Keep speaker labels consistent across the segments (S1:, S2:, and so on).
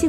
S1: 屁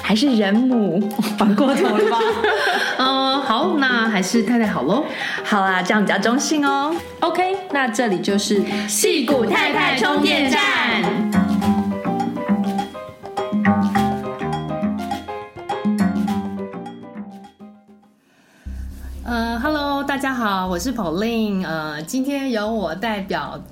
S1: 还是人母？
S2: 反过头了吧？嗯，好，那还是太太好喽。
S1: 好啦，这样比较中性哦。
S2: OK，那这里就是戏骨太太充电站。呃，Hello，大家好，我是 Pauline。呃，今天由我代表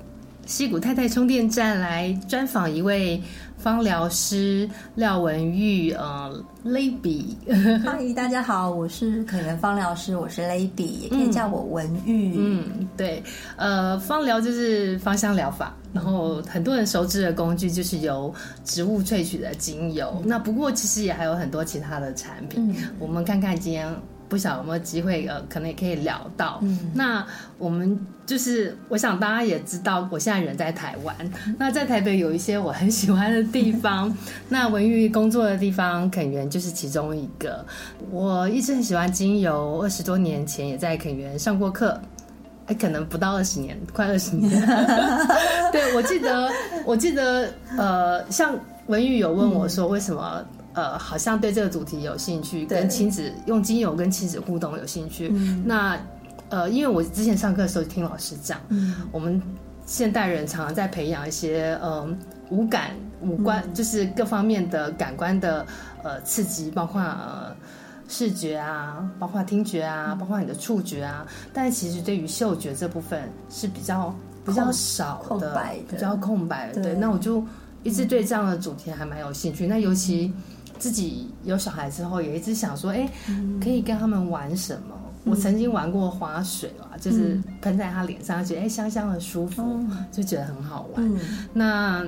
S2: 西谷太太充电站来专访一位芳疗师廖文玉。呃，Lady，
S3: 嗨，大家好，我是可园芳疗师，我是 Lady，也可以叫我文玉。
S2: 嗯，对，呃，芳疗就是芳香疗法，然后很多人熟知的工具就是由植物萃取的精油。那不过其实也还有很多其他的产品，我们看看今天。不晓得有没有机会，呃，可能也可以聊到。那我们就是，我想大家也知道，我现在人在台湾。那在台北有一些我很喜欢的地方，那文玉工作的地方垦园就是其中一个。我一直很喜欢精油，二十多年前也在垦园上过课。哎，可能不到二十年，快二十年。 对，我记得，我记得，呃，像文玉有问我说，为什么、呃，好像对这个主题有兴趣，
S3: 对
S2: 跟亲子用精油跟亲子互动有兴趣。那呃，因为我之前上课的时候听老师讲，我们现代人常常在培养一些嗯、呃五感、五官，
S3: 嗯
S2: 就是各方面的感官的呃刺激，包括呃。视觉啊，包括听觉啊，
S3: 嗯
S2: 包括你的触觉啊，但其实对于嗅觉这部分是比较比较少的，
S3: 空白的
S2: 比较空白的。对，
S3: 对
S2: 那我就一直对这样的主题还蛮有兴趣。那尤
S3: 嗯
S2: 其自己有小孩之后，也一直想说，哎、可以跟他们玩什么？我曾经玩过花水啊，就是喷在他脸上，觉得哎、香香的舒服，就觉得很好玩。
S3: 嗯
S2: 那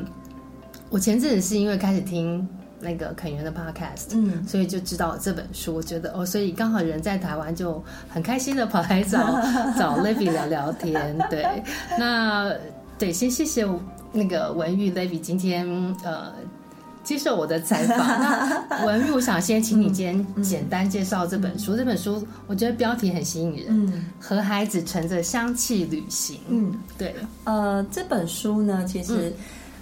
S2: 我前阵子是因为开始听那个肯源的 podcast，
S3: 嗯，
S2: 所以就知道这本书，我觉得哦，所以刚好人在台湾，就很开心的跑来 找找 Levy 聊聊天。对，那对，先谢谢那个文玉 Levy 今天呃接受我的采访。 那文玉，我想先请
S3: 嗯
S2: 你今天简单介绍这本书。这本书我觉得标题很吸引人，
S3: 嗯
S2: 和孩子乘着香气旅行。嗯，对，
S3: 呃，这本书呢，其
S2: 嗯
S3: 实、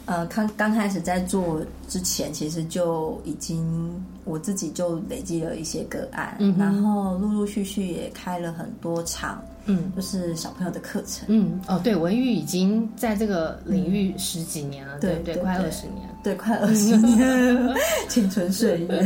S3: 呃，刚刚开始在做之前，其实就已经我自己就累积了一些个案，
S2: 嗯哼
S3: 然后陆陆续续也开了很多场，
S2: 嗯
S3: 就是小朋友的课 程。
S2: 嗯，哦，对，文玉已经在这个领域十几年了，对
S3: 对
S2: 不对，
S3: 对
S2: 快二
S3: 对
S2: 十年。
S3: 对，快二 十年，青春岁月。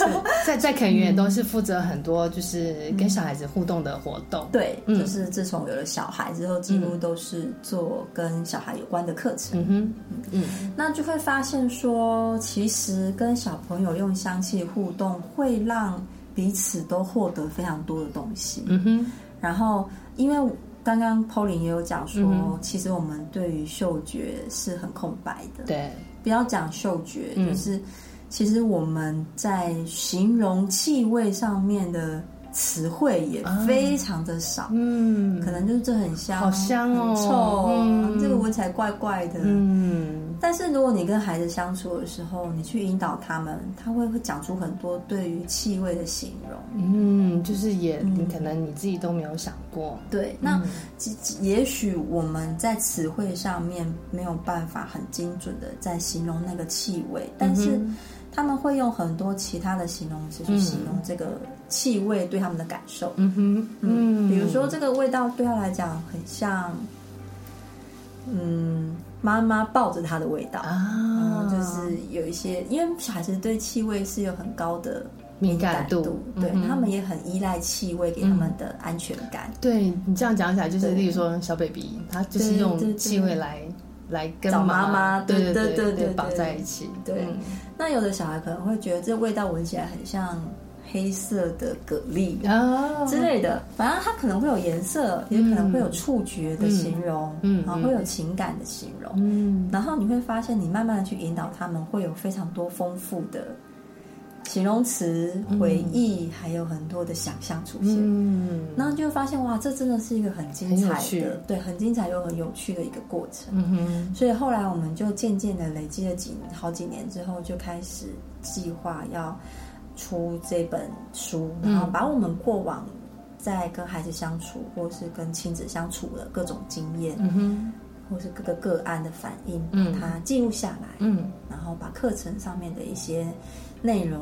S2: 嗯在在肯园也
S3: 嗯
S2: 都是负责很多就是跟小孩子互动的活动。
S3: 对，
S2: 嗯
S3: 就是自从有了小孩之后，几乎都是做跟小孩有关的课程。
S2: 嗯
S3: 那就会发现说，其实跟小朋友用香气互动，会让彼此都获得非常多的东西。
S2: 哼，嗯哼，
S3: 然后，因为刚刚 Polly 也有讲说，
S2: 嗯哼
S3: 其实我们对于嗅觉是很空白的。
S2: 对，
S3: 不要讲嗅觉，
S2: 嗯
S3: 就是其实我们在形容气味上面的词汇也非常的少。
S2: 啊嗯，
S3: 可能就是这很香，
S2: 好香哦
S3: 很臭，啊
S2: 嗯
S3: 这个闻起来怪怪的。
S2: 嗯
S3: 但是如果你跟孩子相处的时候，你去引导他们，他会会讲出很多对于气味的形容。
S2: 嗯，就是也你可能你自己都没有想过。
S3: 对，那其、也许我们在词汇上面没有办法很精准的在形容那个气味，但是他们会用很多其他的形容词去形容这个气味对他们的感受。
S2: 嗯哼，嗯，
S3: 比如说这个味道对他来讲很像，嗯，妈妈抱着他的味道。
S2: 啊，
S3: 嗯，就是有一些，因为小孩子对气味是有很高的
S2: 敏感
S3: 度，
S2: 度
S3: 对、
S2: 嗯哼
S3: 他们也很依赖气味给他们的安全感。
S2: 对你这样讲起来，就是
S3: 对
S2: 例如说小 baby，他就
S3: 对
S2: 是
S3: 对对
S2: 用气味来来跟
S3: 找
S2: 妈
S3: 妈妈
S2: 对
S3: 对
S2: 对
S3: 对对
S2: 对
S3: 对
S2: 绑
S3: 对
S2: 在一起，
S3: 对
S2: 嗯
S3: 那有的小孩可能会觉得这味道闻起来很像黑色的蛤蜊
S2: 啊
S3: 之类的，反正它可能会有颜色，也可能会有触觉的形容，
S2: 嗯嗯
S3: 然后会有情感的形容。
S2: 嗯，
S3: 然后你会发现，你慢慢的去引导他们，会有非常多丰富的形容词、回忆，还有很多的想象出现。
S2: 嗯，
S3: 然后你就会发现，哇，这真的是一个很精
S2: 很有
S3: 彩
S2: 趣
S3: 的，对，很精彩又很有趣的一个过程。
S2: 嗯哼，
S3: 所以后来我们就渐渐的累积了几好几年之后，就开始计划要出这本书，
S2: 嗯
S3: 然后把我们过往在跟孩子相处，或是跟亲子相处的各种经验，
S2: 嗯哼，
S3: 或是各个个案的反应，
S2: 嗯
S3: 把它记录下来，
S2: 嗯
S3: 然后把课程上面的一些内容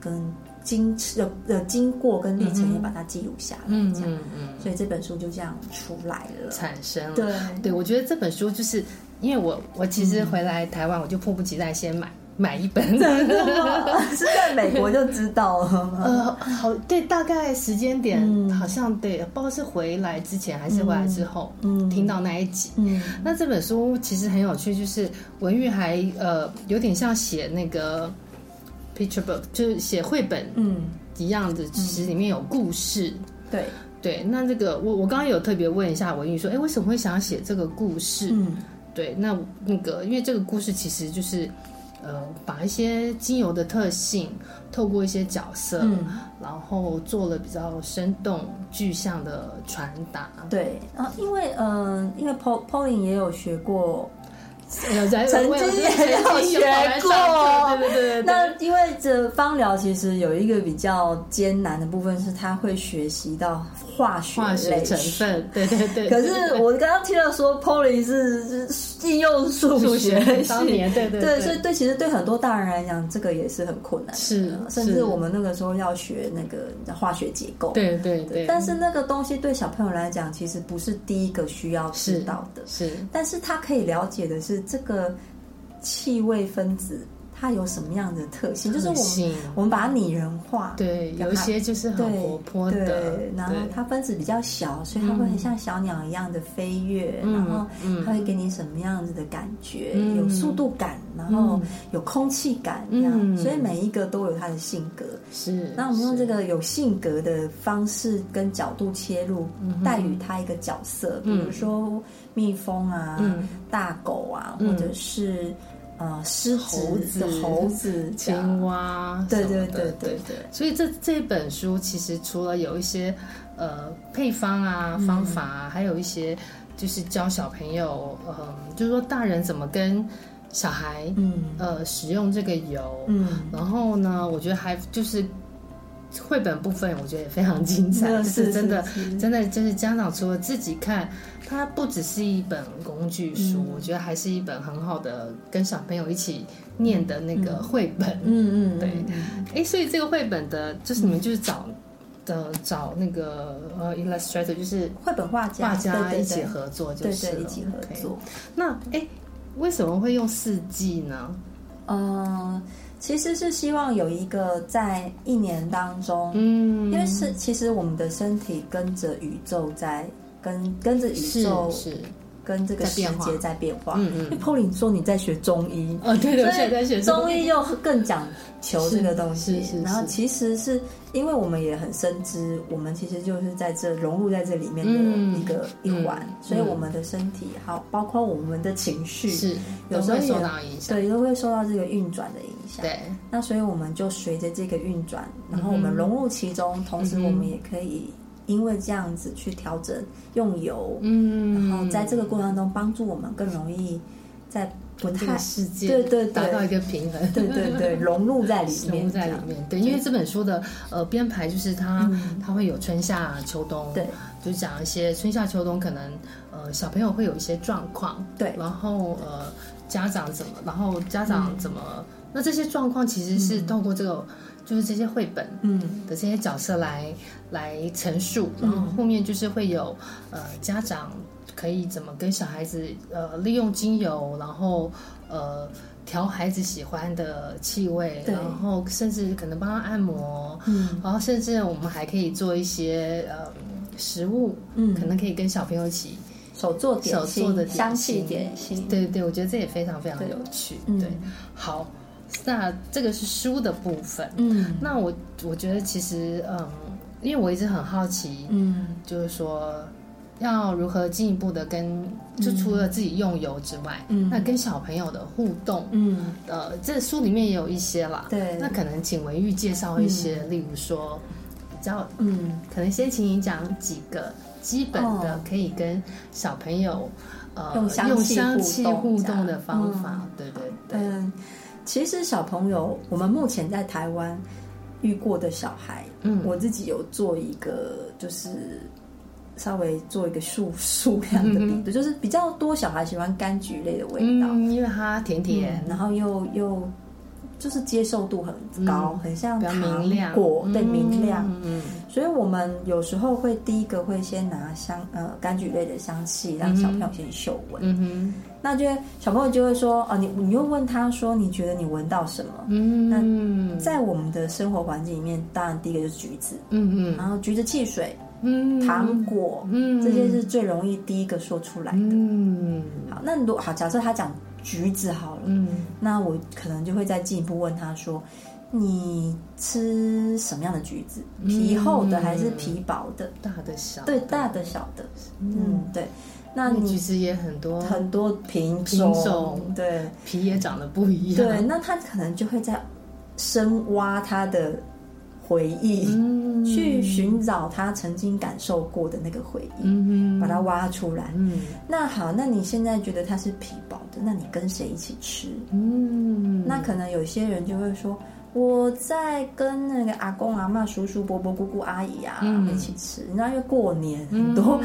S3: 跟经呃呃经过跟历程也把它记录下来，
S2: 嗯
S3: 这样，
S2: 嗯嗯，
S3: 所以这本书就这样出来了。
S2: 产生了。
S3: 对
S2: 对，我觉得这本书就是因为我我其
S3: 嗯
S2: 实回来台湾，我就迫不及待先买买一本。
S3: 是在美国就知道了吗？
S2: 呃，好，对，大概时间点、
S3: 嗯
S2: 好像对，不知道是回来之前还是回来之后，
S3: 嗯
S2: 听到那一集。
S3: 嗯
S2: 那这本书其实很有趣，就是文玉还呃有点像写那个 picture book，就是写绘本
S3: 嗯，
S2: 一样的，其实里面有故事。
S3: 对，
S2: 对，那这个我我刚刚有特别问一下文玉说，哎，为什么会想要写这个故事？
S3: 嗯
S2: 对，那那个，因为这个故事其实就是，呃，把一些精油的特性，透过一些角色，
S3: 嗯，
S2: 然后做了比较生动具象的传达。
S3: 对。然后因为嗯、呃因为 Po Pauline 也有学过，
S2: 有在
S3: 曾 经
S2: 我有
S3: 也
S2: 曾经
S3: 有
S2: 有
S3: 学
S2: 跑来上课对
S3: 过
S2: 对对对对。
S3: 那因为这芳疗其实有一个比较艰难的部分是，他会学习到化学
S2: 化学
S3: 类
S2: 成
S3: 型。
S2: 分，对对对。
S3: 可
S2: 对
S3: 是
S2: 对
S3: 我刚刚听到说 Polly 是是应用数
S2: 数学
S3: 学
S2: 当
S3: 系，
S2: 年，对对
S3: 对，所以对其实对很多大人来讲，这个也是很困难的，
S2: 是
S3: 呃甚
S2: 是
S3: 至我们那个时候要学那个化学结构，
S2: 对对对，
S3: 但是那个东西对小朋友来讲，其实不是第一个需要知道的。
S2: 是
S3: 但是他可以了解的是这个气味分子它有什么样的特性，就是我
S2: 很
S3: 们
S2: 新
S3: 我们把它拟人化，
S2: 对，
S3: 给它
S2: 有一些就是很
S3: 对
S2: 活泼的
S3: 对，，然后
S2: 对
S3: 它分子比较小，所以它会很像小鸟一样的飞跃，
S2: 嗯
S3: 然后
S2: 嗯
S3: 它会给你什么样子的感觉，
S2: 嗯
S3: 有速度感，然后
S2: 嗯
S3: 有空气感，这样，
S2: 嗯
S3: 所以每一个都有它的性格。
S2: 是。
S3: 那我们用
S2: 是
S3: 这个有性格的方式跟角度切入，
S2: 嗯
S3: 带予它一个角色，比如说蜜蜂啊、
S2: 嗯
S3: 大狗啊，
S2: 嗯
S3: 或者是呃狮
S2: 猴子
S3: 子、猴子、
S2: 青，蛙什
S3: 对
S2: 么
S3: 对
S2: 的，
S3: 对对
S2: 对
S3: 对
S2: 所以这这本书其实除了有一些呃配方啊、方法啊，还有一些就是教小朋友，嗯、就是说大人怎么跟小孩
S3: 嗯
S2: 呃使用这个油。
S3: 嗯，
S2: 然后呢，我觉得还就是绘本部分，我觉得也非常精彩，就
S3: 嗯
S2: 是是真的
S3: 是是
S2: 真的就是家长除了自己看，它不只是一本工具书，我觉得还是一本很好的跟小朋友一起念的那个绘本。
S3: 嗯嗯，
S2: 对
S3: 嗯，
S2: 哎，所以这个绘本的，就是你们就是找的、找那个呃 illustrator，就是
S3: 绘本画家，
S2: 画家
S3: 对
S2: 一起，
S3: 对
S2: 合作，就
S3: 对
S2: 是了
S3: 对对，一起合
S2: OK
S3: 作。
S2: 那哎，为什么会用四季呢？
S3: 嗯，其实是希望有一个在一年当中，
S2: 嗯，
S3: 因为是其实我们的身体跟着宇宙在。跟跟着宇
S2: 是
S3: 宙
S2: 嗯是，
S3: 跟这个
S2: 在
S3: 世
S2: 变化
S3: 界在变化，
S2: 嗯嗯
S3: 因为 Pauline 说你在学中医，
S2: 哦，对对，我
S3: 所
S2: 现
S3: 以
S2: 在学
S3: 中医又更讲求这个东西
S2: 是是是。
S3: 然后其实是因为我们也很深知，我们其实就是在这融入在这里面
S2: 嗯
S3: 的一个、一环
S2: 嗯，
S3: 所以我们的身体还有包括我们的情绪，
S2: 是
S3: 有时候
S2: 都会
S3: 也
S2: 受到影响，
S3: 对都会受到这个运转的影响。
S2: 对，
S3: 那所以我们就随着这个运转，然后我
S2: 嗯
S3: 们融入其中，同时我们也可以因为这样子去调整用油，
S2: 嗯，
S3: 然后在这个过程当中帮助我们更容易在不
S2: 这
S3: 太
S2: 个世界
S3: 对对
S2: 达到一
S3: 对
S2: 个平衡，
S3: 对对对融入在里
S2: 融
S3: 面，
S2: 入在里面。对，因为这本书的呃编排就是它、它会有春夏秋冬，
S3: 嗯对，
S2: 就讲一些春夏秋冬可能呃小朋友会有一些状况，
S3: 对
S2: 然后呃家长怎么，然后家
S3: 嗯
S2: 长怎么，那这些状况其实是透过这个、就是这些绘本，
S3: 嗯
S2: 的这些角色来来陈述，然后后面就是会有呃家长可以怎么跟小孩子呃利用精油，然后呃。调孩子喜欢的气味，
S3: 对
S2: 然后甚至可能帮他按摩，
S3: 嗯
S2: 然后甚至我们还可以做一些呃食物，
S3: 嗯
S2: 可能可以跟小朋友一起。
S3: 手做点
S2: 手
S3: 心、
S2: 做的点心
S3: 香气点心，
S2: 对对，我觉得这也非常非常有趣。
S3: 嗯
S2: 对，好，那这个是书的部分。
S3: 嗯
S2: 那我我觉得其实嗯，因为我一直很好奇，
S3: 嗯
S2: 就是说要如何进一步的跟，就除了自己用油之外，
S3: 嗯
S2: 那跟小朋友的互动，
S3: 嗯，
S2: 呃，这书里面也有一些啦。
S3: 对，
S2: 那可能请文玉介绍一些，例如说比较，
S3: 嗯
S2: 可能先请你讲几个基本的
S3: 哦
S2: 可以跟小朋友。呃，
S3: 用
S2: 用
S3: 香气
S2: 气
S3: 互动
S2: 互
S3: 这样
S2: 动的方法，对对对，
S3: 嗯，其实小朋友，我们目前在台湾遇过的小孩，
S2: 嗯
S3: 我自己有做一个，就是稍微做一个数数量的比对，就是比较多小孩喜欢柑橘类的味道，
S2: 嗯，因为它甜甜，
S3: 然后又又就是接受度很
S2: 嗯
S3: 高，
S2: 嗯
S3: 很像
S2: 比较明亮，
S3: 糖果，对，明亮。
S2: 嗯嗯
S3: 所以我们有时候会第一个会先拿香呃柑橘类的香气让小朋友先嗅闻，
S2: 嗯哼，
S3: 那就会小朋友就会说哦，你你又问他说你觉得你闻到什么？
S2: 嗯，
S3: 在我们的生活环境里面，当然第一个就是橘子，
S2: 嗯嗯
S3: 然后橘子汽水、
S2: 嗯，
S3: 糖果，
S2: 嗯
S3: 这些是最容易第一个说出来的。
S2: 嗯
S3: 好，那如果好，假设他讲橘子好了，
S2: 嗯
S3: 那我可能就会再进一步问他说：“你吃什么样的橘子？皮厚的还是皮薄的？
S2: 大的小
S3: 对，大的小的？嗯，对。那
S2: 那其
S3: 你
S2: 实也很多，
S3: 嗯很多品种，
S2: 品种
S3: 对
S2: 皮也长得不一样，
S3: 对，，那他可能就会在深挖他的回忆。
S2: 嗯，
S3: 去寻找他曾经感受过的那个回忆，
S2: 嗯
S3: 把它挖出来。
S2: 嗯
S3: 那好，那你现在觉得它是皮薄的，那你跟谁一起吃？
S2: 嗯，
S3: 那可能有些人就会说，我在跟那个阿公阿嬷、叔叔伯伯、姑姑阿姨啊、
S2: 嗯
S3: 一起吃。你知道，因为过年很多、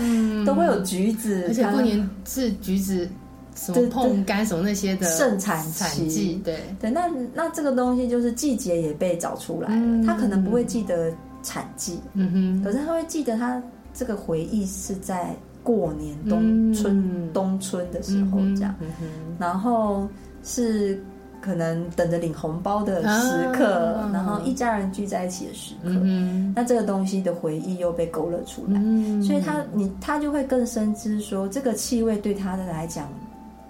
S3: 都会有橘子，
S2: 而且过年是橘子什么碰柑什么那些的
S3: 盛产期
S2: 产季，对，
S3: 对，那那这个东西就是季节也被找出来了，
S2: 嗯
S3: 他可能不会记得产季，
S2: 嗯
S3: 可
S2: 哼，
S3: 是他会记得他这个回忆是在过年冬、
S2: 嗯
S3: 春冬春的时候这样，，
S2: 嗯哼，
S3: 然后是可能等着领红包的时刻，
S2: 啊
S3: 然后一家人聚在一起的时刻，
S2: 嗯
S3: 那这个东西的回忆又被勾勒出
S2: 哼，
S3: 来，
S2: 嗯，
S3: 所以他你他就会更深知说这个气味对他的来讲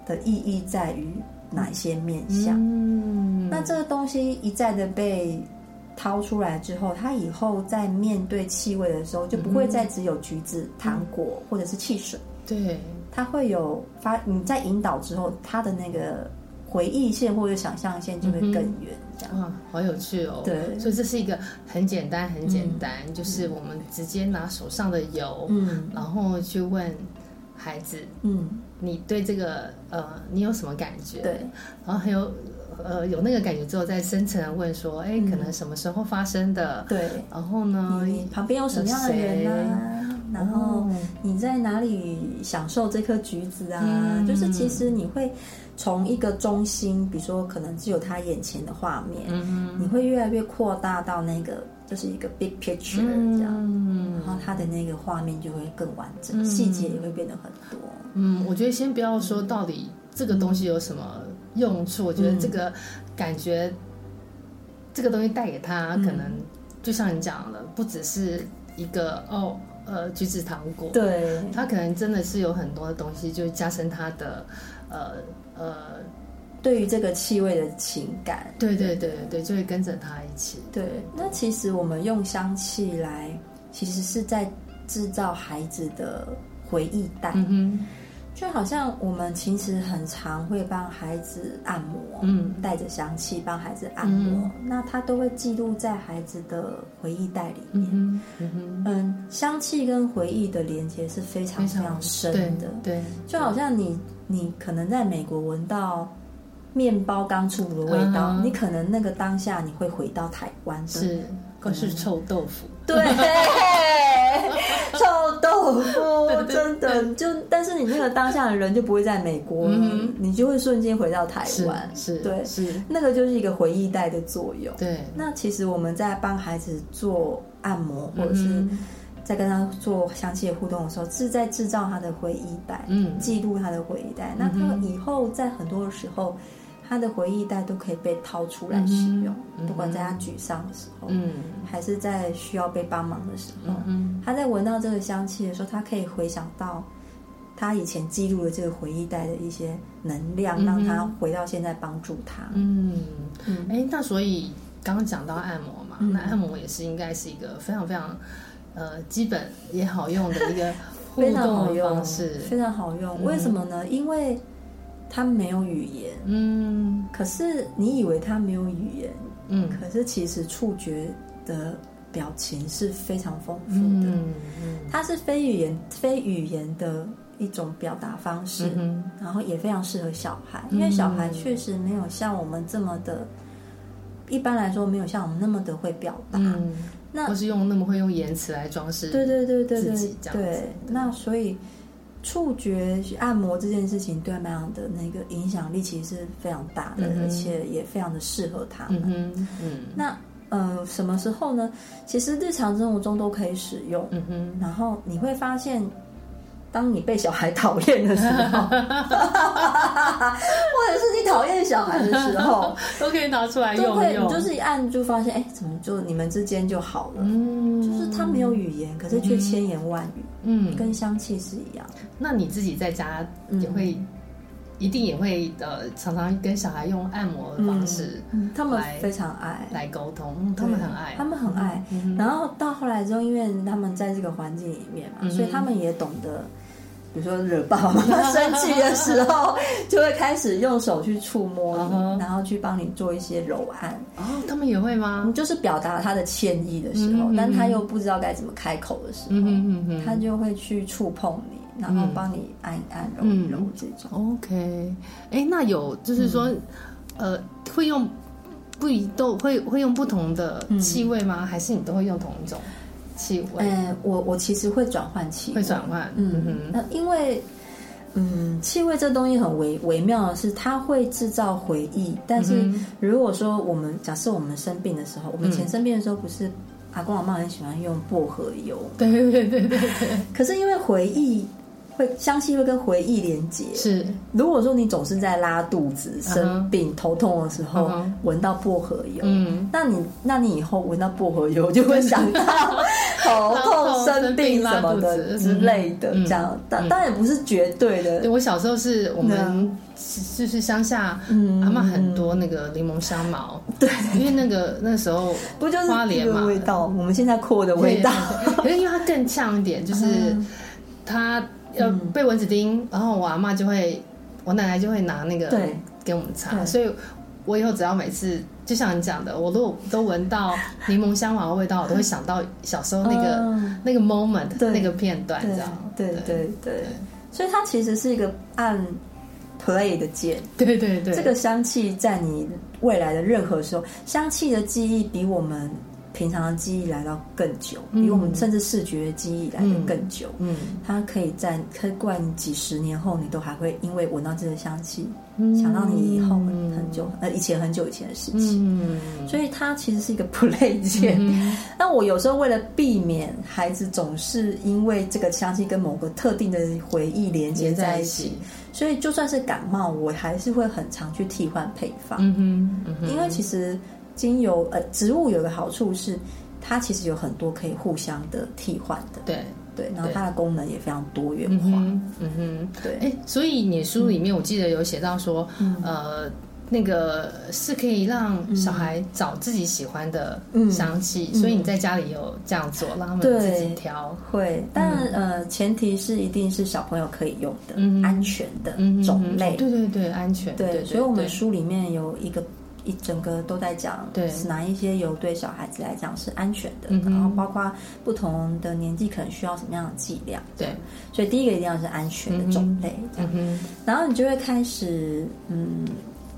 S3: 的意义在于哪些面向。
S2: 嗯，
S3: 那这个东西一再的被掏出来之后，他以后在面对气味的时候，就不会再只有橘子、糖果或者是汽水，
S2: 对，
S3: 它会有发你在引导之后，它的那个回忆线或者想象线就会更远，这样。
S2: 哇，好有趣哦！
S3: 对
S2: 所以这是一个很简单、很简单，就是我们直接拿手上的油，
S3: 嗯
S2: 然后去问孩子，
S3: 嗯，
S2: 你对这个呃，你有什么感觉？
S3: 对，
S2: 然后还有呃，有那个感觉之后，再深层的问说，哎，可
S3: 嗯
S2: 能什么时候发生的？
S3: 对，
S2: 然后呢？
S3: 你旁边哎有什么样的人啊？嗯然后
S2: 哦
S3: 你在哪里享受这颗橘子啊？
S2: 嗯
S3: 就是其实你会从一个中心，比如说可能只有他眼前的画面，
S2: 嗯
S3: 你会越来越扩大到那个就是一个 big picture 这样，
S2: 嗯
S3: 然后它的那个画面就会更完整，
S2: 嗯
S3: 细节也会变得很多。
S2: 嗯，我觉得先不要说到底这个东西有什么用处，我觉得这
S3: 嗯
S2: 个感觉，这个东西带给他，可
S3: 嗯
S2: 能就像你讲的，不只是一个哦，呃，橘子糖果，
S3: 对，
S2: 他可能真的是有很多的东西，就加深他的，呃呃，
S3: 对于这个气味的情感，
S2: 对对对对，就会跟着他一起，
S3: 对。那其实我们用香气来，其实是在制造孩子的回忆带，
S2: 嗯哼，
S3: 就好像我们其实很常会帮孩子按摩，
S2: 嗯
S3: 带着香气帮孩子按摩，
S2: 嗯
S3: 那他都会记录在孩子的回忆袋里面。
S2: 嗯哼，嗯哼，
S3: 嗯，香气跟回忆的连接是非常非常深的，
S2: 对对，
S3: 就好像你你可能在美国闻到面包刚出炉的味道，
S2: 嗯
S3: 你可能那个当下你会回到台湾的，
S2: 是，可是臭豆腐，
S3: 对， 臭豆腐，真的就，但是你那个当下的人就不会在美国了，
S2: 嗯
S3: 你就会瞬间回到台
S2: 是
S3: 湾，
S2: 是，
S3: 对，
S2: 是，
S3: 那个就是一个回忆带的作用。
S2: 对，
S3: 那其实我们在帮孩子做按摩，或者是
S2: 嗯哼
S3: 在跟他做详细的互动的时候，是在制造他的回忆带，
S2: 嗯
S3: 记录他的回忆带。那他以后在很多的时候，他的回忆带都可以被掏出来使用，不管在他沮丧的时候，
S2: 嗯
S3: 还是在需要被帮忙的时候，
S2: 嗯
S3: 他在闻到这个香气的时候，他可以回想到他以前记录的这个回忆带的一些能量，让他回到现在帮助他。
S2: 嗯，
S3: 嗯
S2: 哎、那所以刚刚讲到按摩嘛，那按摩也是应该是一个非常非常呃基本也好用的一个互
S3: 非常好
S2: 动的
S3: 用，
S2: 方式。
S3: 非常好用。为什么呢？因为它没有语言，
S2: 嗯
S3: 可是你以为它没有语言，
S2: 嗯
S3: 可是其实触觉的表情是非常丰富的，
S2: 嗯嗯
S3: 它是非语言非语言的一种表达方式，
S2: 嗯
S3: 然后也非常适合小孩，因为小孩确实没有像我们这么的。一般来说，没有像我们那么的会表达，
S2: 嗯，
S3: 那
S2: 或是用那么会用言辞来装饰。
S3: 对对对对
S2: 自
S3: 对
S2: 己这样子
S3: 对，那所以触觉按摩这件事情对妈妈的那个影响力其实是非常大的，
S2: 嗯哼
S3: 而且也非常的适合他们。
S2: 嗯哼嗯
S3: 那呃，什么时候呢？其实日常生活中都可以使用。
S2: 嗯哼，
S3: 然后你会发现，当你被小孩讨厌的时候，或者是你讨厌小孩的时候，
S2: 都可以拿出来
S3: 都
S2: 用
S3: 会
S2: 用。
S3: 你就是一按就发现，哎，怎么就你们之间就好了？
S2: 嗯，
S3: 就是他没有语言，可是却千言万语。
S2: 嗯，
S3: 跟香气是一样的。
S2: 那你自己在家也会，一定也会呃，常常跟小孩用按摩的方式
S3: 嗯，他们
S2: 来
S3: 非常爱，
S2: 来沟通，嗯他们很爱，嗯
S3: 他们很爱。然后到后来之后，因为他们在这个环境里面嘛，
S2: 嗯哼
S3: 所以他们也懂得。比如说惹爸爸妈妈生气的时候，就会开始用手去触摸
S2: 嗯哼
S3: 你，然后去帮你做一些揉按，嗯
S2: 哦，他们也会吗？
S3: 就是表达他的歉意的时
S2: 嗯
S3: 候
S2: 哼，
S3: 但他又不知道该怎么开口的时
S2: 嗯
S3: 候，
S2: 哼嗯哼，嗯
S3: 他就会去触碰你，然后帮你按一按、揉一揉这种。
S2: OK，哎，那有就是说，呃，会用不一都会会用不同的气味吗？还是你都会用同一种气味？
S3: 嗯，我我其实会转换气
S2: 会
S3: 味，
S2: 转换？
S3: 嗯，那因为嗯，气味这东西很微微妙的是，它会制造回忆。但是
S2: 嗯哼嗯
S3: 如果说我们假设我们生病的时候，我们以前生病的时候不是。阿公阿妈很喜欢用薄荷油，
S2: 对对对对对，
S3: 可是因为回忆会香气会跟回忆连结。
S2: 是，
S3: 如果说你总是在拉肚子、
S2: 嗯
S3: 生
S2: 哼
S3: 病、头痛的时候
S2: 嗯哼
S3: 闻到薄荷油，
S2: 嗯
S3: 那你那你以后闻到薄荷油就会想 到头痛、生病什么的之类的，
S2: 嗯
S3: 这样当当然也不是绝对的
S2: 对，我小时候是我们
S3: 对啊
S2: 就是乡下，阿妈很多那个柠檬香茅，对，因为那个那时候
S3: 不就是
S2: 花莲
S3: 这
S2: 嘛
S3: 个味道？我们现在扩的味道，
S2: 对对对可 是因为它更呛一点，就是
S3: 嗯
S2: 它呃被蚊子叮，然后我阿妈就会，我奶奶就会拿那个
S3: 对
S2: 给我们擦，
S3: 对
S2: 所以我以后只要每次就像你讲的，我如果都闻到柠檬香茅的味道，我都会想到小时候那个、
S3: 嗯
S2: 那个 moment
S3: 对
S2: 那个片段，这样
S3: 对对对对，所以它其实是一个按 play 的键。
S2: 对对对，
S3: 这个香气在你未来的任何时候，香气的记忆比我们平常的记忆来到更久，比我们甚至视觉的记忆来得更久。
S2: 嗯
S3: 它可以在可以怪你几十年后，你都还会因为闻到这个香气，
S2: 嗯
S3: 想到你以后很很久呃以前很久以前的事情。
S2: 嗯
S3: 所以它其实是一个 play 键。 那我有时候为了避免孩子总是因为这个香气跟某个特定的回忆连接
S2: 连在
S3: 在
S2: 一
S3: 一
S2: 起
S3: 起，，所以就算是感冒，我还是会很常去替换配方，
S2: 嗯哼嗯哼，
S3: 因为其实精油呃植物有个好处是，它其实有很多可以互相的替换的，
S2: 对。
S3: 对，然后
S2: 对
S3: 它的功能也非常多元
S2: 嗯
S3: 化，
S2: 哼，嗯哼，
S3: 对
S2: 哎、所以你书里面我记得有写到说，
S3: 嗯
S2: 呃，那个是可以让小孩找自己喜欢的
S3: 嗯
S2: 香气，所以你在家里有这样做，让他们
S3: 对
S2: 自己挑。
S3: 会，但、呃前提是一定是小朋友可以用的，
S2: 嗯
S3: 安全的
S2: 嗯哼，
S3: 种类，
S2: 对对对，安全，对
S3: 对，
S2: 对，
S3: 所以我们
S2: 对
S3: 书里面有一个一整个都在讲，
S2: 对
S3: 是哪一些油对小孩子来讲是安全的，
S2: 嗯哼
S3: 然后包括不同的年纪可能需要什么样的剂量，
S2: 对，
S3: 所以第一个一定要是安全的种类，这样
S2: 嗯哼，
S3: 然后你就会开始，嗯，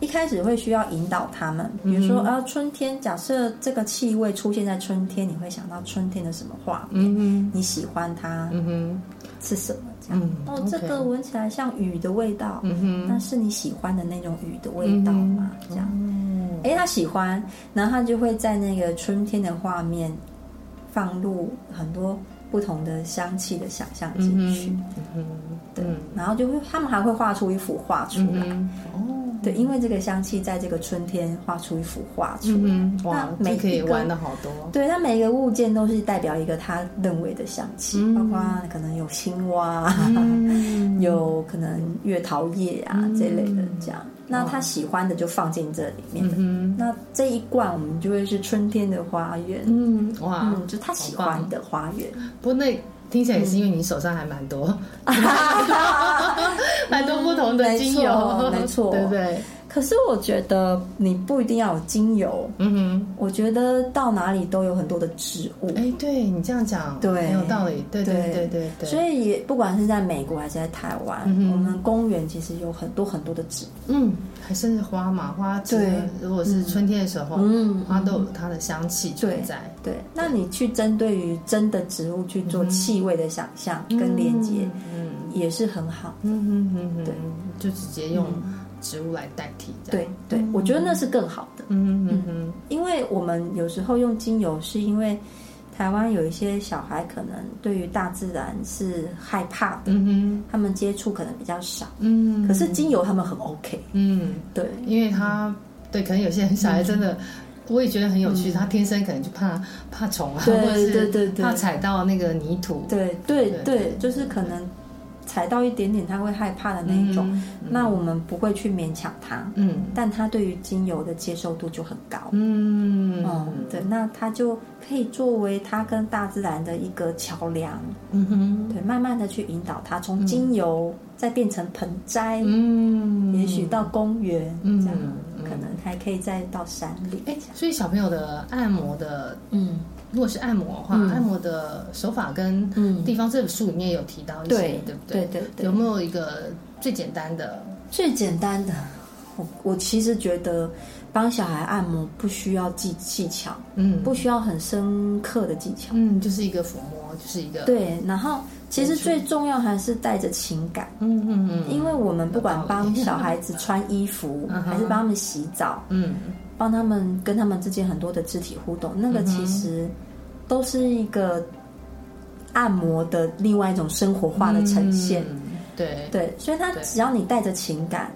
S3: 一开始会需要引导他们，比如
S2: 嗯
S3: 说，啊，春天，假设这个气味出现在春天，你会想到春天的什么画面？
S2: 嗯哼，
S3: 你喜欢它
S2: 嗯哼，
S3: 是什么？这样，
S2: 嗯，
S3: 哦，这个
S2: OK，
S3: 闻起来像雨的味道，
S2: 嗯哼，
S3: 那是你喜欢的那种雨的味道吗？这样，
S2: 嗯
S3: 哎，他喜欢，然后他就会在那个春天的画面放入很多不同的香气的想象进去，
S2: 嗯哼，
S3: 对，然后就会他们还会画出一幅画出来，
S2: 嗯，哦，
S3: 对，因为这个香气在这个春天画出一幅画出来。
S2: 嗯哼，哇，
S3: 那
S2: 这
S3: 每
S2: 可
S3: 一
S2: 以
S3: 个
S2: 玩的好多。
S3: 对，它每一个物件都是代表一个他认为的香气，
S2: 嗯
S3: 包括可能有青蛙，啊
S2: 嗯，
S3: 有可能月桃叶啊、
S2: 嗯
S3: 这类的这样。那他喜欢的就放进这里面
S2: 嗯哼，
S3: 那这一罐我们就会是春天的花园，
S2: 嗯，哇，
S3: 嗯，就他喜欢的花园。
S2: 不过那听起来也是因为你手上还蛮多，蛮多不同的精油，
S3: 没错没错
S2: 对不对？
S3: 可是我觉得你不一定要有精油，
S2: 嗯
S3: 我觉得到哪里都有很多的植物
S2: 哼，。哎，对你这样讲，
S3: 对
S2: 很有道理，对对
S3: 对
S2: 对对对，
S3: 所以也不管是在美国还是在台湾，
S2: 嗯哼
S3: 我们公园其实有很多很多的植物。
S2: 嗯，还甚至花嘛，花其实
S3: 对
S2: 如果是春天的时候，
S3: 嗯
S2: 花都有它的香气存在，
S3: 对，那你去针对于真的植物去做气味的想象跟连接，
S2: 嗯
S3: 也是很好。
S2: 嗯嗯嗯嗯，
S3: 对
S2: 嗯，就直接用植物来代替，这
S3: 对
S2: 样，
S3: 对，我觉得那是更好的，
S2: 嗯嗯嗯
S3: 因为我们有时候用精油，是因为台湾有一些小孩可能对于大自然是害怕的，
S2: 嗯嗯
S3: 他们接触可能比较少，
S2: 嗯，
S3: 可是精油他们很 OK。
S2: 嗯，
S3: 对，
S2: 因为
S3: 嗯
S2: 他对，可能有些人小孩真的。我也觉得很有趣，他天生可能就怕怕虫啊，或
S3: 对
S2: 者
S3: 对
S2: 是
S3: 对对
S2: 怕踩到那个泥土，
S3: 对对
S2: 对
S3: 对，就是可能踩到一点点他会害怕的那一种，那我们不会去勉强他，
S2: 嗯
S3: 但他对于精油的接受度就很高。
S2: 嗯
S3: 嗯，对，那它就可以作为它跟大自然的一个桥梁，
S2: 嗯哼，
S3: 对，慢慢的去引导它，从精油再变成盆栽，
S2: 嗯，
S3: 也许到公园，
S2: 嗯
S3: 这样
S2: 嗯
S3: 可能还可以再到山里，
S2: 哎，所以小朋友的按摩的，
S3: 嗯，
S2: 如果是按摩的话，
S3: 嗯
S2: 按摩的手法跟
S3: 嗯
S2: 地方这本书里面有提到一些，
S3: 对
S2: 对不
S3: 对
S2: 对？
S3: 对对
S2: 有没有一个最简单的？
S3: 最简单的，我我其实觉得帮小孩按摩不需要技技巧，
S2: 嗯，
S3: 不需要很深刻的技巧，
S2: 嗯，就是一个抚摸，就是一个，
S3: 对，然后其实最重要还是带着情感。
S2: 嗯嗯嗯
S3: 因为我们不管
S2: 有道理
S3: 帮小孩子穿衣 服，
S2: 嗯哼
S3: 还是帮他们洗澡，
S2: 嗯
S3: 帮他们跟他们之间很多的肢体互动，
S2: 嗯
S3: 那个其实都是一个按摩的另外一种生活化的呈现。
S2: 嗯对，
S3: 对，所以他
S2: 对
S3: 只要你带着情感，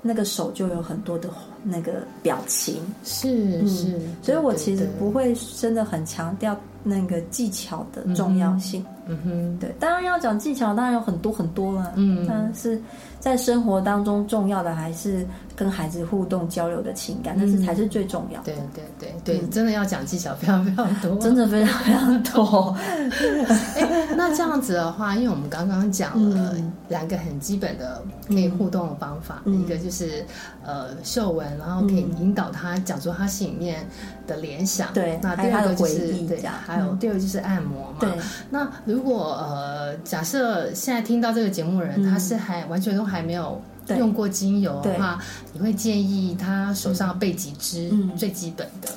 S3: 那个手就有很多的那个表情。
S2: 是是，
S3: 嗯所以我
S2: 对
S3: 其实，不
S2: 对
S3: 会真的很强调那个技巧的重要性。
S2: 嗯哼，
S3: 对，当然要讲技巧，当然有很多很多啦。
S2: 嗯
S3: 但是在生活当中重要的还是跟孩子互动交流的情
S2: 嗯
S3: 感，那、是才是最重要的。
S2: 对对对对，真的要讲技巧非常非常多，
S3: 真的非常非常多，
S2: 哎，那这样子的话，因为我们刚刚讲了两个很基本的可以互动的方法，
S3: 嗯
S2: 一个就是呃嗅闻，然后可以引导他讲出他心里面的联想，
S3: 对
S2: 那
S3: 还
S2: 第
S3: 有
S2: 二个就
S3: 他的
S2: 是
S3: 回忆
S2: 对
S3: 这样，嗯
S2: 还有第二个就是按摩嘛。
S3: 对，
S2: 那如果呃假设现在听到这个节目的人，
S3: 嗯
S2: 他是还完全都还没有。
S3: 对
S2: 用过精油的话，你会建议他手上备几支
S3: 嗯
S2: 最基本的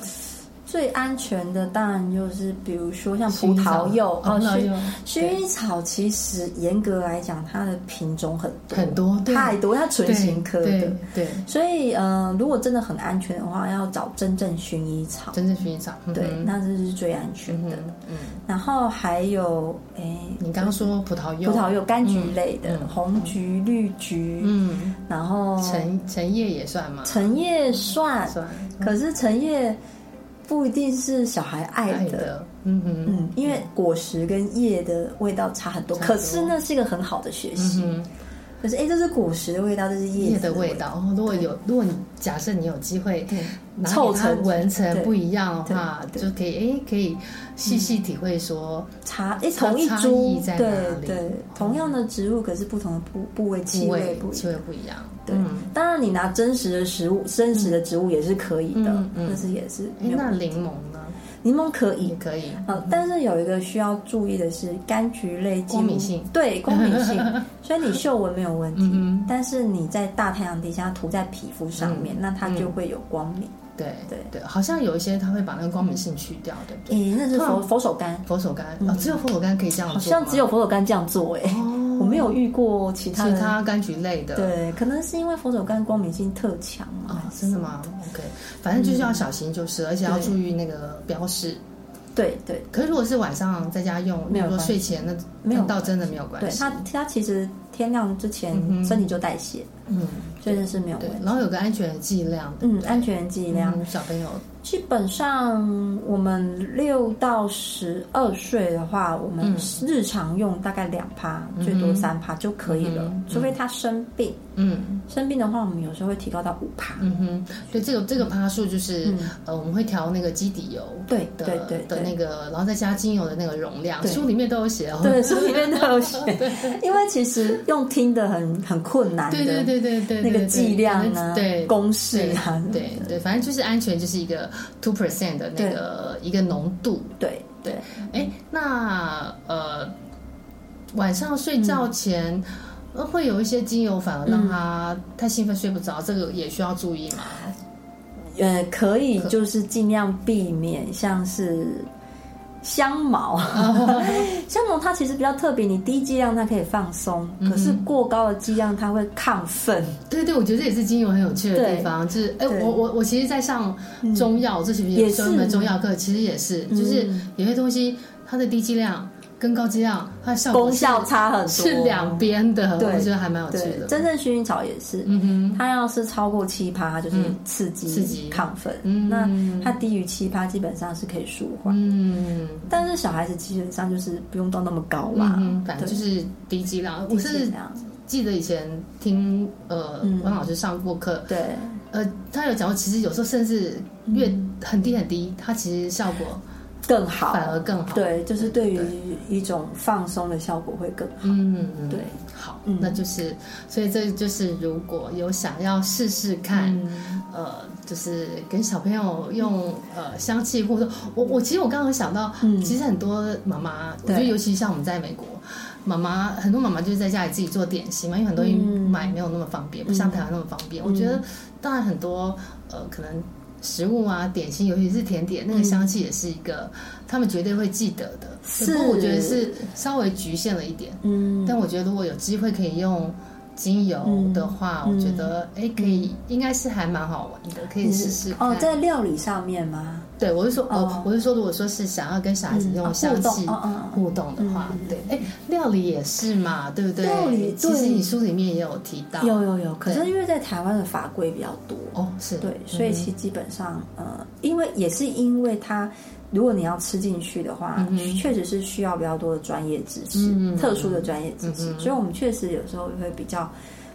S3: 最安全的当然就是比如说像
S2: 薰
S3: 葡
S2: 衣
S3: 萄
S2: 草哦
S3: 柚哦
S2: 葡萄
S3: 薰
S2: 柚
S3: 薰衣草，其实严格来讲，它的品种很多
S2: 很多对
S3: 太多，它唇形科
S2: 对
S3: 的。
S2: 对，对
S3: 所以，呃，如果真的很安全的话，要找真正薰衣草，
S2: 真正薰衣草，嗯
S3: 对，
S2: 哼
S3: 那这是最安全的。
S2: 嗯嗯。
S3: 然后还有，诶，
S2: 你刚刚说葡萄柚，
S3: 葡萄柚、柑橘类的，
S2: 嗯嗯
S3: 红橘、绿橘，
S2: 嗯，
S3: 然后
S2: 橙橙叶也算吗？
S3: 哦橙叶算，
S2: 算，
S3: 可是橙叶不一定是小孩爱的。
S2: 爱的，嗯哼，
S3: 嗯，因为果实跟叶的味道差很多，
S2: 差很多
S3: 可是那是一个很好的学习。
S2: 嗯哼，
S3: 可是，哎，这是果实的味道，这是叶
S2: 叶
S3: 子
S2: 的味
S3: 道。
S2: 道。哦如果有，如果你假设你有机会
S3: 对，
S2: 拿
S3: 凑
S2: 给他
S3: 成
S2: 闻成
S3: 对
S2: 不一样的话，
S3: 对嗯
S2: 就可以哎，可以细细体会说
S3: 茶，哎，
S2: 差
S3: 同一
S2: 差
S3: 株
S2: 异，在哪里哦
S3: 对对，同样的植物，可是不同的部部位气
S2: 气
S3: 味
S2: 味
S3: 不一
S2: 气
S3: 样。
S2: 味不一样，
S3: 对
S2: 嗯，
S3: 当然你拿真实的食物、真实的植物也是可以的
S2: 嗯，嗯
S3: 但是也是
S2: 哎
S3: 没，有
S2: 那嗯柠檬呢
S3: 柠檬可以
S2: 也，可以，
S3: 呃，但是有一个需要注意的是，柑橘类几乎
S2: 光敏性
S3: 对光敏性，所以你嗅闻没有问题，
S2: 嗯哼嗯
S3: 但是你在大太阳底下涂在皮肤上面，那它就会有光敏。
S2: 对
S3: 对
S2: 对，好像有一些他会把那个光敏性去掉，对不对？啊
S3: 诶、那是
S2: 通常
S3: 佛佛手柑，
S2: 佛手柑哦，只有佛手柑可以这样做吗，
S3: 嗯好像只有佛手柑这样做诶、
S2: 哦
S3: 我没有遇过其他
S2: 其
S3: 人。
S2: 他柑橘类的，
S3: 对，可能是因为佛手柑光敏性特强
S2: 啊
S3: 啊，，
S2: 真的吗？OK，反正就是要小心，就是、而且要注意那个标识。
S3: 对对
S2: 可是如果是晚上在家用，
S3: 没有
S2: 比如说
S3: 关系
S2: 睡前那
S3: 没有
S2: 那倒真的没有关
S3: 对，
S2: 系。
S3: 它它其实天亮之前身体就代谢，
S2: 嗯，
S3: 所以这是没有
S2: 对
S3: 问题。，
S2: 然后有个安全剂量，
S3: 嗯，安全剂量、
S2: 嗯小朋友，
S3: 基本上我们六到十二岁的话，我
S2: 嗯
S3: 们日常用大概两趴、最多三趴就可以了，
S2: 嗯
S3: 除非他生病。
S2: 嗯
S3: 生病的话，我们有时候会提高到五趴。
S2: 嗯哼，对，这个这个趴数就是、
S3: 嗯
S2: 呃，我们会调那个基底油
S3: 对
S2: 的
S3: 对对
S2: 的那
S3: 对，
S2: 个，然后再加精油的那个容量，
S3: 对
S2: 书里面都有写哦。
S3: 对书里面都有写，因为其实用听的很很困难的，
S2: 对对对对对，
S3: 那个
S2: 对
S3: 剂量啊，
S2: 对。
S3: 公式啊，
S2: 对对对，反正就是安全，就是一个 two percent 的那个一个浓度。
S3: 对对
S2: 对，哎，那呃，晚上睡觉前、呃会有一些精油反而让他太兴奋睡不着，这个也需要注意嘛。
S3: 呃，可以就是尽量避免像是香茅，
S2: 哦
S3: 香茅它其实比较特别，你低剂量它可以放松，
S2: 嗯
S3: 可是过高的剂量它会亢奋。
S2: 对对，我觉得这也是精油很有趣的地方，就是哎，
S3: 对
S2: 我我我其实，在上中药，这其实
S3: 也是
S2: 专门中药课，其实也是，就是有些东西它的低剂量跟高剂量，它的效果
S3: 功效
S2: 是
S3: 差很多，
S2: 哦是两边的，
S3: 对
S2: 我觉得还蛮有趣
S3: 对，
S2: 的。
S3: 真正薰衣草也是，
S2: 嗯哼，
S3: 它要是超过七趴，就是
S2: 嗯
S3: 刺激、
S2: 刺激
S3: 亢奋。
S2: 嗯
S3: 那它低于七趴，基本上是可以舒缓。
S2: 嗯，
S3: 但是小孩子基本上就是不用到那么高
S2: 嗯
S3: 啦，
S2: 哼反正就是低剂量。我
S3: 低剂
S2: 是
S3: 量
S2: 记得以前听呃
S3: 嗯
S2: 王老师上过课，
S3: 对，
S2: 呃，他有讲过，其实有时候甚至越很低很低，它其实效果
S3: 更嗯好，
S2: 反而更好。，
S3: 对，就是对于一种放松的效果会更好。
S2: 嗯，嗯
S3: 对，
S2: 好，
S3: 嗯
S2: 那就是，所以这就是如果有想要试试看，
S3: 嗯
S2: 呃，就是跟小朋友用呃香气互动。我我其实我刚刚有想到，
S3: 嗯
S2: 其实很多妈妈，我
S3: 对
S2: 觉得尤其像我们在美国。妈妈很多妈妈就是在家里自己做点心嘛，因为很多人
S3: 嗯
S2: 买没有那么方便，不像台湾那么方便。我觉得当然很多呃可能食物啊点心，尤其是甜点，那个香气也是一个他们绝对会记得的。
S3: 嗯是
S2: 不过我觉得是稍微局限了一点。
S3: 嗯，
S2: 但我觉得如果有机会可以用精油的话，
S3: 嗯
S2: 我觉得哎、诶可以，应该是还蛮好玩的，可以试试看。
S3: 哦，在料理上面吗？
S2: 对我是说，哦、
S3: 哦
S2: 我是说，如果说是想要跟小孩子
S3: 嗯
S2: 用
S3: 啊
S2: 香气
S3: 互动哦哦哦
S2: 互动的话，对，哎、料理也是嘛，对不对？
S3: 料理
S2: 其实
S3: 对
S2: 你书里面也有提到，
S3: 有有有，可是
S2: 对
S3: 因为在台湾的法规比较多，
S2: 哦，是
S3: 对，所以其实基本上呃，因为也是因为它。如果你要吃进去的话，确实是需要比较多的专业知识，
S2: 嗯
S3: 特殊的专业知识，
S2: 嗯嗯
S3: 所以我们确实有时候会比较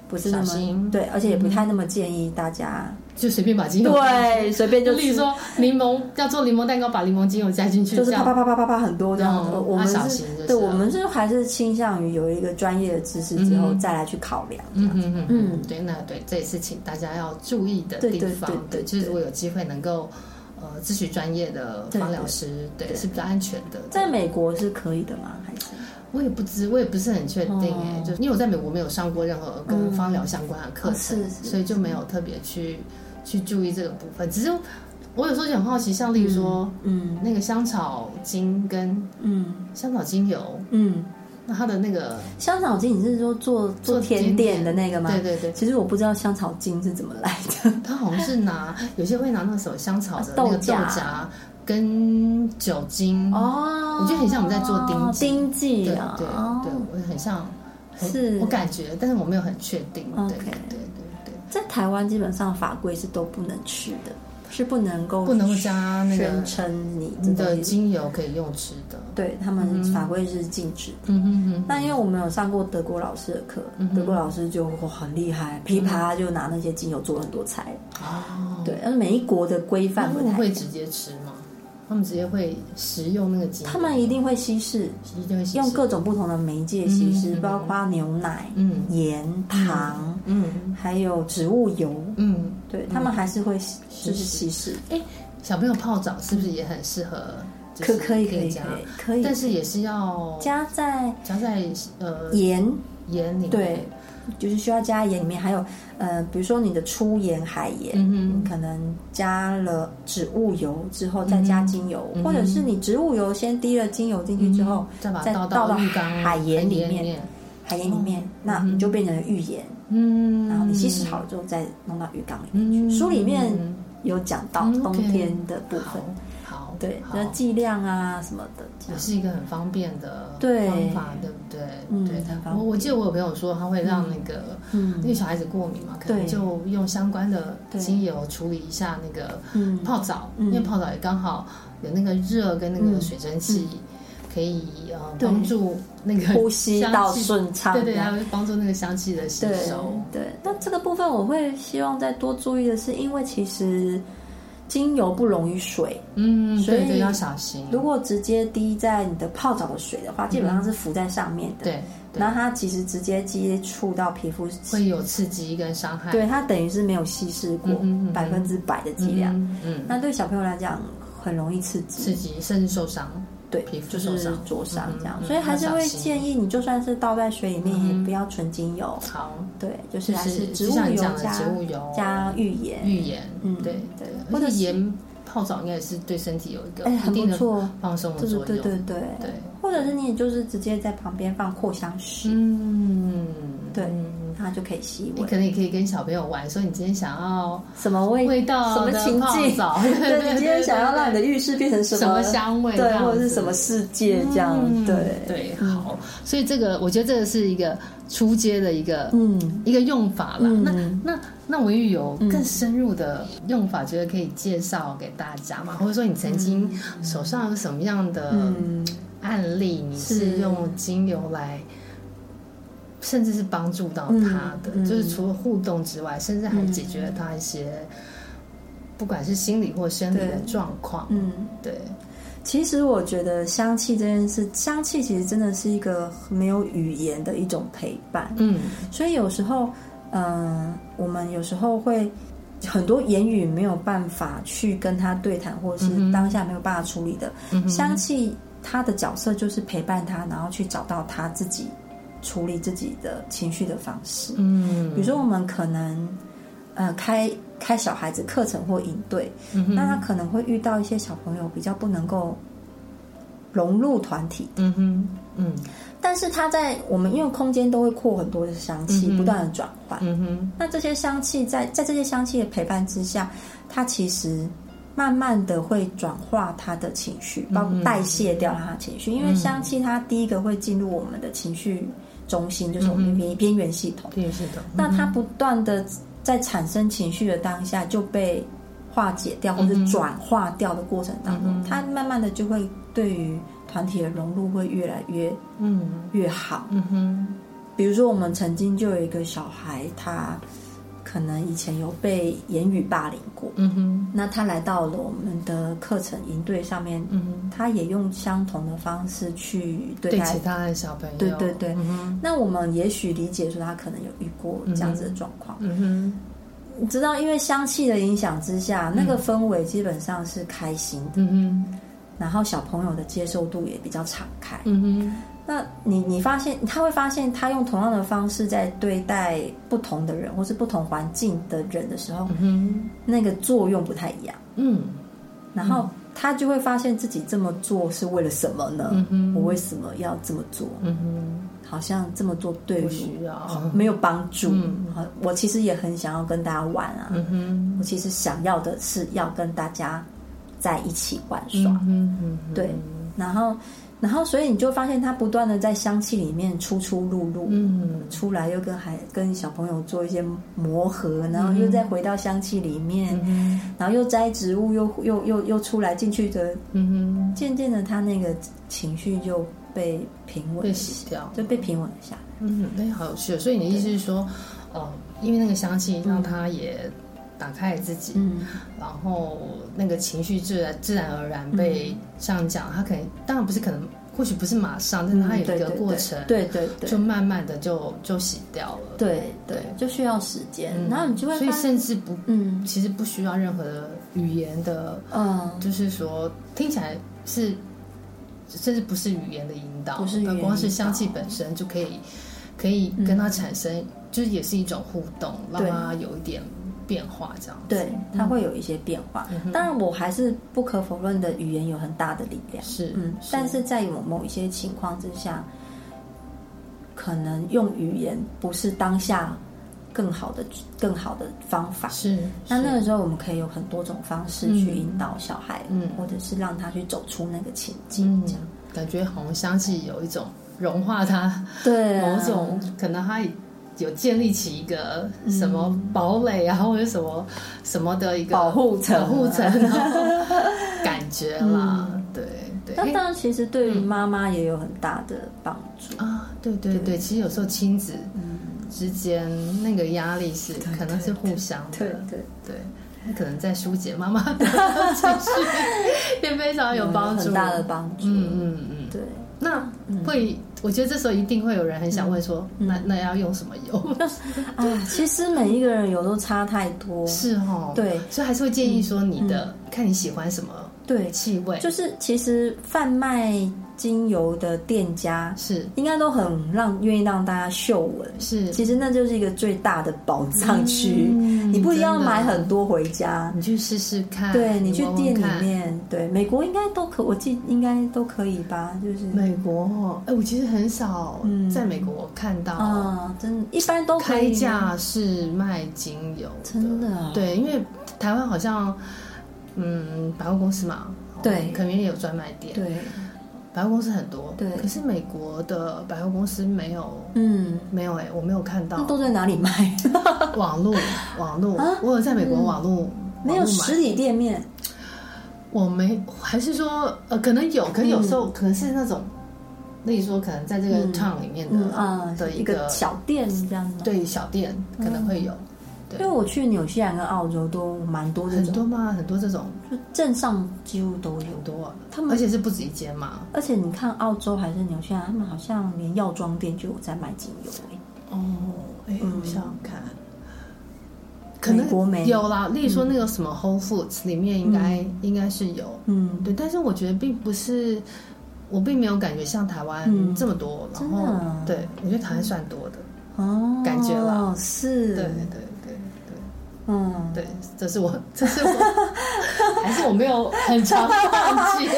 S3: 不是那
S2: 小心嗯
S3: 么对，而且也不太那么建议大家、
S2: 就随便把精油。
S3: 对随便就
S2: 就例
S3: 吃
S2: 如说柠檬要做柠檬蛋糕，把柠檬精油加进去，
S3: 就是
S2: 这
S3: 啪
S2: 样
S3: 啪啪啪啪啪很多这样子。
S2: 嗯
S3: 我们
S2: 那小
S3: 是
S2: 型就是
S3: 对，
S2: 了
S3: 我们是还是倾向于有一个专业的知识之后再来去考量。
S2: 嗯嗯嗯嗯，
S3: 嗯
S2: 对，那对，这也是请大家要注意的地
S3: 对对
S2: 方。
S3: 对对
S2: 就是如果有机会能够呃咨询专业的
S3: 对
S2: 芳疗师，对，是比较安全的。
S3: 在美国是可以的吗？还是
S2: 我也不知，我也不是很确定哎、
S3: 哦
S2: 就因为我在美国没有上过任何跟芳疗相关的课程，
S3: 哦是是
S2: 所以就没有特别去去注意这个部分。只是我有时候就很好奇，像例如说、
S3: 嗯
S2: 那个香草精跟
S3: 嗯
S2: 香草精油，
S3: 嗯，
S2: 那它的那个
S3: 香草精你是说做
S2: 做
S3: 做甜点的那个吗？
S2: 对对对，
S3: 其实我不知道香草精是怎么来的。
S2: 他好像是 拿有些会拿那个什么香草的那个
S3: 啊豆
S2: 豆
S3: 荚
S2: 荚跟酒精，
S3: 哦
S2: 我觉得很像我们在做丁剂对
S3: 丁剂
S2: 对
S3: 啊。
S2: 对，
S3: 哦
S2: 我很像，很
S3: 是
S2: 我感觉，但是我没有很确定。对
S3: OK
S2: 对对对
S3: 在台湾基本上法规是都不能吃的，是不能够
S2: 不能够加那个
S3: 宣称你
S2: 对，你
S3: 这
S2: 的
S3: 东西
S2: 精油可以用吃的，
S3: 对他们法规是禁止的。
S2: 嗯哼嗯哼，
S3: 那因为我们有上过德国老师的课，德国老师就哇很厉
S2: 嗯
S3: 害，噼啪就拿那些精油做很多菜。
S2: 哦，
S3: 对，而每一国的规
S2: 那
S3: 范
S2: 他
S3: 不
S2: 们
S3: 太
S2: 会
S3: 一样，
S2: 直接吃吗？他们直接会食用那个精油，
S3: 他们一定会稀释，
S2: 一定会吸
S3: 用
S2: 食
S3: 各种不同的媒介稀释，
S2: 嗯
S3: 包括牛奶、
S2: 嗯
S3: 盐、糖，
S2: 嗯
S3: 还有植物油。
S2: 嗯，
S3: 对他们还是会稀就是稀释，
S2: 小朋友泡澡是不是也很适合？
S3: 可可以可以
S2: 加，
S3: 可以可
S2: 但
S3: 以
S2: 是也是要
S3: 加在
S2: 加在呃
S3: 盐，
S2: 盐里面，
S3: 对，就是需要加盐里面还有呃，比如说你的粗盐、海盐，
S2: 嗯
S3: 你可能加了植物油之后再加精油，
S2: 嗯
S3: 或者是你植物油先滴了精油进去之后，
S2: 再把它
S3: 再
S2: 倒
S3: 到
S2: 浴缸
S3: 海盐里面，
S2: 面，
S3: 海盐里面，那你就变成了浴盐，
S2: 嗯，
S3: 然后你稀释好了之后再弄到浴缸里面去。
S2: 嗯，
S3: 书里面有讲到
S2: 嗯
S3: 冬天的部分，
S2: 好，好，
S3: 对，
S2: 好
S3: 那剂量啊什么的，这
S2: 也
S3: 样。
S2: 是一个很方便的
S3: 对
S2: 方法，对不对？
S3: 嗯
S2: 对
S3: 很。方
S2: 我我记得我有朋友说，他会让那个、
S3: 嗯
S2: 那个小孩子过敏嘛，可能
S3: 对
S2: 就用相关的
S3: 对
S2: 精油处理一下那个
S3: 嗯，
S2: 泡澡，
S3: 嗯
S2: 因为泡澡也刚好有那个热跟那个水蒸气，可以呃
S3: 对
S2: 帮助那个
S3: 呼吸道
S2: 香气
S3: 顺畅
S2: 嗯对对，
S3: 这样
S2: 还会帮助那个香气的吸收。
S3: 对，那这个部分我会希望再多注意的是，因为其实精油不溶于水，
S2: 嗯，
S3: 所以
S2: 对对，要小心。
S3: 如果直接滴在你的泡澡的水的话，基本上是浮在上面的。
S2: 嗯对，对
S3: 然后它其实直接接触到皮肤，
S2: 会有刺激跟伤害。嗯
S3: 对它等于是没有稀释过
S2: 嗯嗯嗯嗯
S3: 百分之百的剂
S2: 嗯，
S3: 量。
S2: 嗯，
S3: 那对小朋友来讲很容易刺激，
S2: 刺激甚至受伤。
S3: 对，
S2: 皮肤
S3: 就
S2: 受
S3: 是
S2: 伤
S3: 灼伤这样。
S2: 嗯嗯嗯
S3: 所以还是
S2: 要
S3: 会
S2: 小心
S3: 建议你，就算是倒在水里面，
S2: 嗯
S3: 也不要纯精油。
S2: 好，
S3: 对，就是
S2: 就
S3: 还
S2: 是
S3: 是植
S2: 就
S3: 物
S2: 像你
S3: 油
S2: 讲的
S3: 加
S2: 植物油、
S3: 加浴盐。
S2: 浴盐，
S3: 嗯
S2: 对对，
S3: 对或
S2: 或
S3: 者
S2: 者
S3: 是
S2: 盐泡澡应该也是对身体有一个
S3: 哎，
S2: 一
S3: 很
S2: 定
S3: 不
S2: 的
S3: 错，
S2: 放松的
S3: 对
S2: 作
S3: 对
S2: 用。
S3: 对对
S2: 对
S3: 对，或者是你也就是直接在旁边放扩香石，
S2: 嗯，
S3: 对
S2: 嗯
S3: 它就可以吸
S2: 你
S3: 味。
S2: 可能也可以跟小朋友玩，说你今天想要
S3: 什么味
S2: 味道
S3: 什么
S2: 的
S3: 情
S2: 泡
S3: 境？
S2: 澡
S3: 对你今天想要让你的浴室变成什
S2: 什么香味这
S3: 对，
S2: 样
S3: 或者是
S2: 子
S3: 什么世界这样？
S2: 嗯
S3: 对，
S2: 对，好，所以这个我觉得这个是一个出街的一个
S3: 嗯
S2: 一个用法啦。
S3: 嗯
S2: 那那那我也有更深入的用法，觉得可以介绍给大家嘛？或者说你曾经手上有什么样的
S3: 嗯，
S2: 案例，你
S3: 是
S2: 是用精油来，甚至是帮助到他的，
S3: 嗯嗯
S2: 就是除了互动之外，甚至还解决了他一些，不管是心理或生理的
S3: 对
S2: 状况。
S3: 嗯。
S2: 对，
S3: 其实我觉得香气这件事，香气其实真的是一个没有语言的一种陪伴，
S2: 嗯，
S3: 所以有时候，嗯、我们有时候会很多言语没有办法去跟他对谈，或
S2: 嗯
S3: 者是
S2: 哼
S3: 当下没有办法处理的，
S2: 嗯哼
S3: 香气它的角色就是陪伴他，然后去找到他自己处理自己的情绪的方式。
S2: 嗯，
S3: 比如说，我们可能呃开开小孩子课程或营队，
S2: 嗯哼
S3: 那他可能会遇到一些小朋友比较不能够融入团体，
S2: 嗯哼，嗯
S3: 但是他在我们因为空间都会扩很多的香气，
S2: 嗯哼
S3: 不断的转换。
S2: 嗯哼，
S3: 那这些香气在在这些香气的陪伴之下，它其实慢慢的会转化他的情绪，
S2: 嗯
S3: 包括代谢掉他的情绪，因为香气它第一个会进入我们的情绪中心，就是我
S2: 嗯
S3: 们边边缘系统。
S2: 这个系统，
S3: 那它不断的在产生情绪的当下就被化解掉或者转化掉的过程当
S2: 嗯
S3: 中，它慢慢的就会对于团体的融入会越来越
S2: 嗯
S3: 越好。
S2: 嗯哼，
S3: 比如说，我们曾经就有一个小孩，他可能以前有被言语霸凌过，
S2: 嗯哼，
S3: 那他来到了我们的课程营队上面，
S2: 嗯哼，
S3: 他也用相同的方式去对
S2: 对
S3: 待
S2: 其他的小朋友，
S3: 对对对
S2: 嗯哼，
S3: 那我们也许理解说他可能有遇过这样子的状况，
S2: 嗯哼，
S3: 你知道，因为香气的影响之下，那个氛围基本上是开心的，
S2: 嗯哼，
S3: 然后小朋友的接受度也比较敞开。
S2: 嗯哼，
S3: 那你你发现他会发现，他用同样的方式在对待不同的人或是不同环境的人的时候，
S2: 嗯哼，
S3: 那个作用不太一样。
S2: 嗯
S3: 然后他就会发现自己这么做是为了什么呢？
S2: 嗯哼
S3: 我为什么要这么做？
S2: 嗯哼，
S3: 好像这么做对
S2: 不
S3: 于
S2: 需要，
S3: 没有帮助。
S2: 嗯
S3: 好我其实也很想要跟大家玩啊，
S2: 嗯哼，
S3: 我其实想要的是要跟大家在一起玩
S2: 嗯
S3: 耍，
S2: 哼嗯哼，
S3: 对，然后，然后，所以你就发现他不断的在香气里面出出入入，
S2: 嗯
S3: 出来又跟孩跟小朋友做一些磨合，然后又再回到香气里面，
S2: 嗯哼，
S3: 然后又摘植物，又又又又出来进去的，
S2: 嗯哼，
S3: 渐渐的他那个情绪就被平稳
S2: 被
S3: 了
S2: 洗掉，
S3: 就被平稳了下来。
S2: 嗯，哎，好有趣哦。所以你的意思是说，哦，因为那个香气让他也打开了自己，
S3: 嗯，
S2: 然后那个情绪自然自然而然被上讲，他可能当然不是可能，或许不是马上，但是他有一
S3: 嗯对
S2: 个
S3: 对
S2: 过程，
S3: 对对对
S2: 就慢慢的就就洗掉了。
S3: 对对，就需要时间，
S2: 嗯
S3: 然后你就会
S2: 所以
S3: 发现，
S2: 甚至不，
S3: 嗯
S2: 其实不需要任何的语言的，
S3: 嗯。
S2: 就是说听起来是，甚至不是语言的引导，
S3: 不是语言
S2: 它光是
S3: 引导
S2: 香气本身就可以，可以跟它产生，就是也是一种互动，让
S3: 对
S2: 它有一点变化这样子。
S3: 对，它会有一些变化。
S2: 嗯
S3: 当然，我还是不可否认的，语言有很大的力量。
S2: 是，
S3: 嗯，但是在某某一些情况之下，可能用语言不是当下更好的、更好的方法。
S2: 是，
S3: 那
S2: 是
S3: 那个时候，我们可以有很多种方式去引导小孩，
S2: 嗯
S3: 或者是让他去走出那个情境，
S2: 嗯
S3: 这样。
S2: 感觉好像香气有一种融化它
S3: 对啊、
S2: 某种，可能它有建立起一个什么堡垒啊，或者什么什么的一个
S3: 嗯保护层啊
S2: 保护层的感觉 啦。对对，
S3: 嗯那
S2: 因为
S3: 当然，其实对于
S2: 嗯
S3: 妈妈也有很大的帮助。
S2: 啊，对对对，其实有时候亲子
S3: 嗯
S2: 之间那个压力是可能是互相的，
S3: 对，
S2: 对，那可能在疏解妈妈的情 绪， 也非常有帮助，
S3: 嗯很大的帮助。
S2: 嗯嗯嗯。
S3: 对，
S2: 那
S3: 嗯
S2: 会，我觉得这时候一定会有人很想问说，那那要用什么油？
S3: 啊，其实每一个人油都差太多。
S2: 是哦，
S3: 对
S2: 所以还是会建议说你的，看你喜欢什么
S3: 对，
S2: 气味，
S3: 就是其实贩卖精油的店家
S2: 是
S3: 应该都很让愿意让大家嗅闻。
S2: 是，
S3: 其实那就是一个最大的宝藏区，你不一定要
S2: 嗯真的
S3: 买很多回家。
S2: 你去试试看，
S3: 对你去
S2: 闻闻
S3: 店
S2: 看
S3: 里面，对美国应该都可，我记应该都可以吧？就是
S2: 美国哦，哎，我其实很少
S3: 嗯
S2: 在美国看到
S3: 啊，真的，一般都可
S2: 开
S3: 以
S2: 价是卖精油
S3: 真的啊
S2: 对，因为台湾好像，嗯，百货公司嘛，
S3: 对
S2: 肯定也有专卖店，
S3: 对，
S2: 百货公司很多，
S3: 对
S2: 可是美国的百货公司没有，
S3: 嗯，
S2: 没有哎、我没有看到
S3: 那都在哪里卖？
S2: 网络，网络，
S3: 啊嗯
S2: 我有在美国网络。
S3: 没有
S2: 网络买
S3: 实体店面，
S2: 我没，还是说，呃，可能有，可能有时候、可能是那种，例如说，可能在这个
S3: 嗯
S2: town 里面的、
S3: 嗯啊，
S2: 的
S3: 一
S2: 个
S3: 个小店这样子。，
S2: 对小店可能会有，
S3: 因为我去纽西兰跟澳洲都蛮多这
S2: 很
S3: 种，
S2: 多吗？很多这种
S3: 就镇上几乎都有
S2: 很。多啊，
S3: 他们
S2: 而且是不止一间嘛。
S3: 而且你看澳洲还是纽西兰，他们好像连药妆店就有在卖精油、欸
S2: 哦，哎、
S3: 嗯
S2: 我想想看，可能
S3: 美嗯国没
S2: 有啦。例如说那个什么 Whole Foods 里面应该、应该是有，
S3: 嗯，
S2: 对，但是我觉得并不是，我并没有感觉像台湾
S3: 嗯
S2: 这么多。然
S3: 真的
S2: 后
S3: 啊，
S2: 对我觉得台湾算多的。
S3: 哦，
S2: 感觉啦
S3: 是，
S2: 对对对
S3: 嗯，
S2: 对对，这是我， 这是我，还是我没有很常逛 街，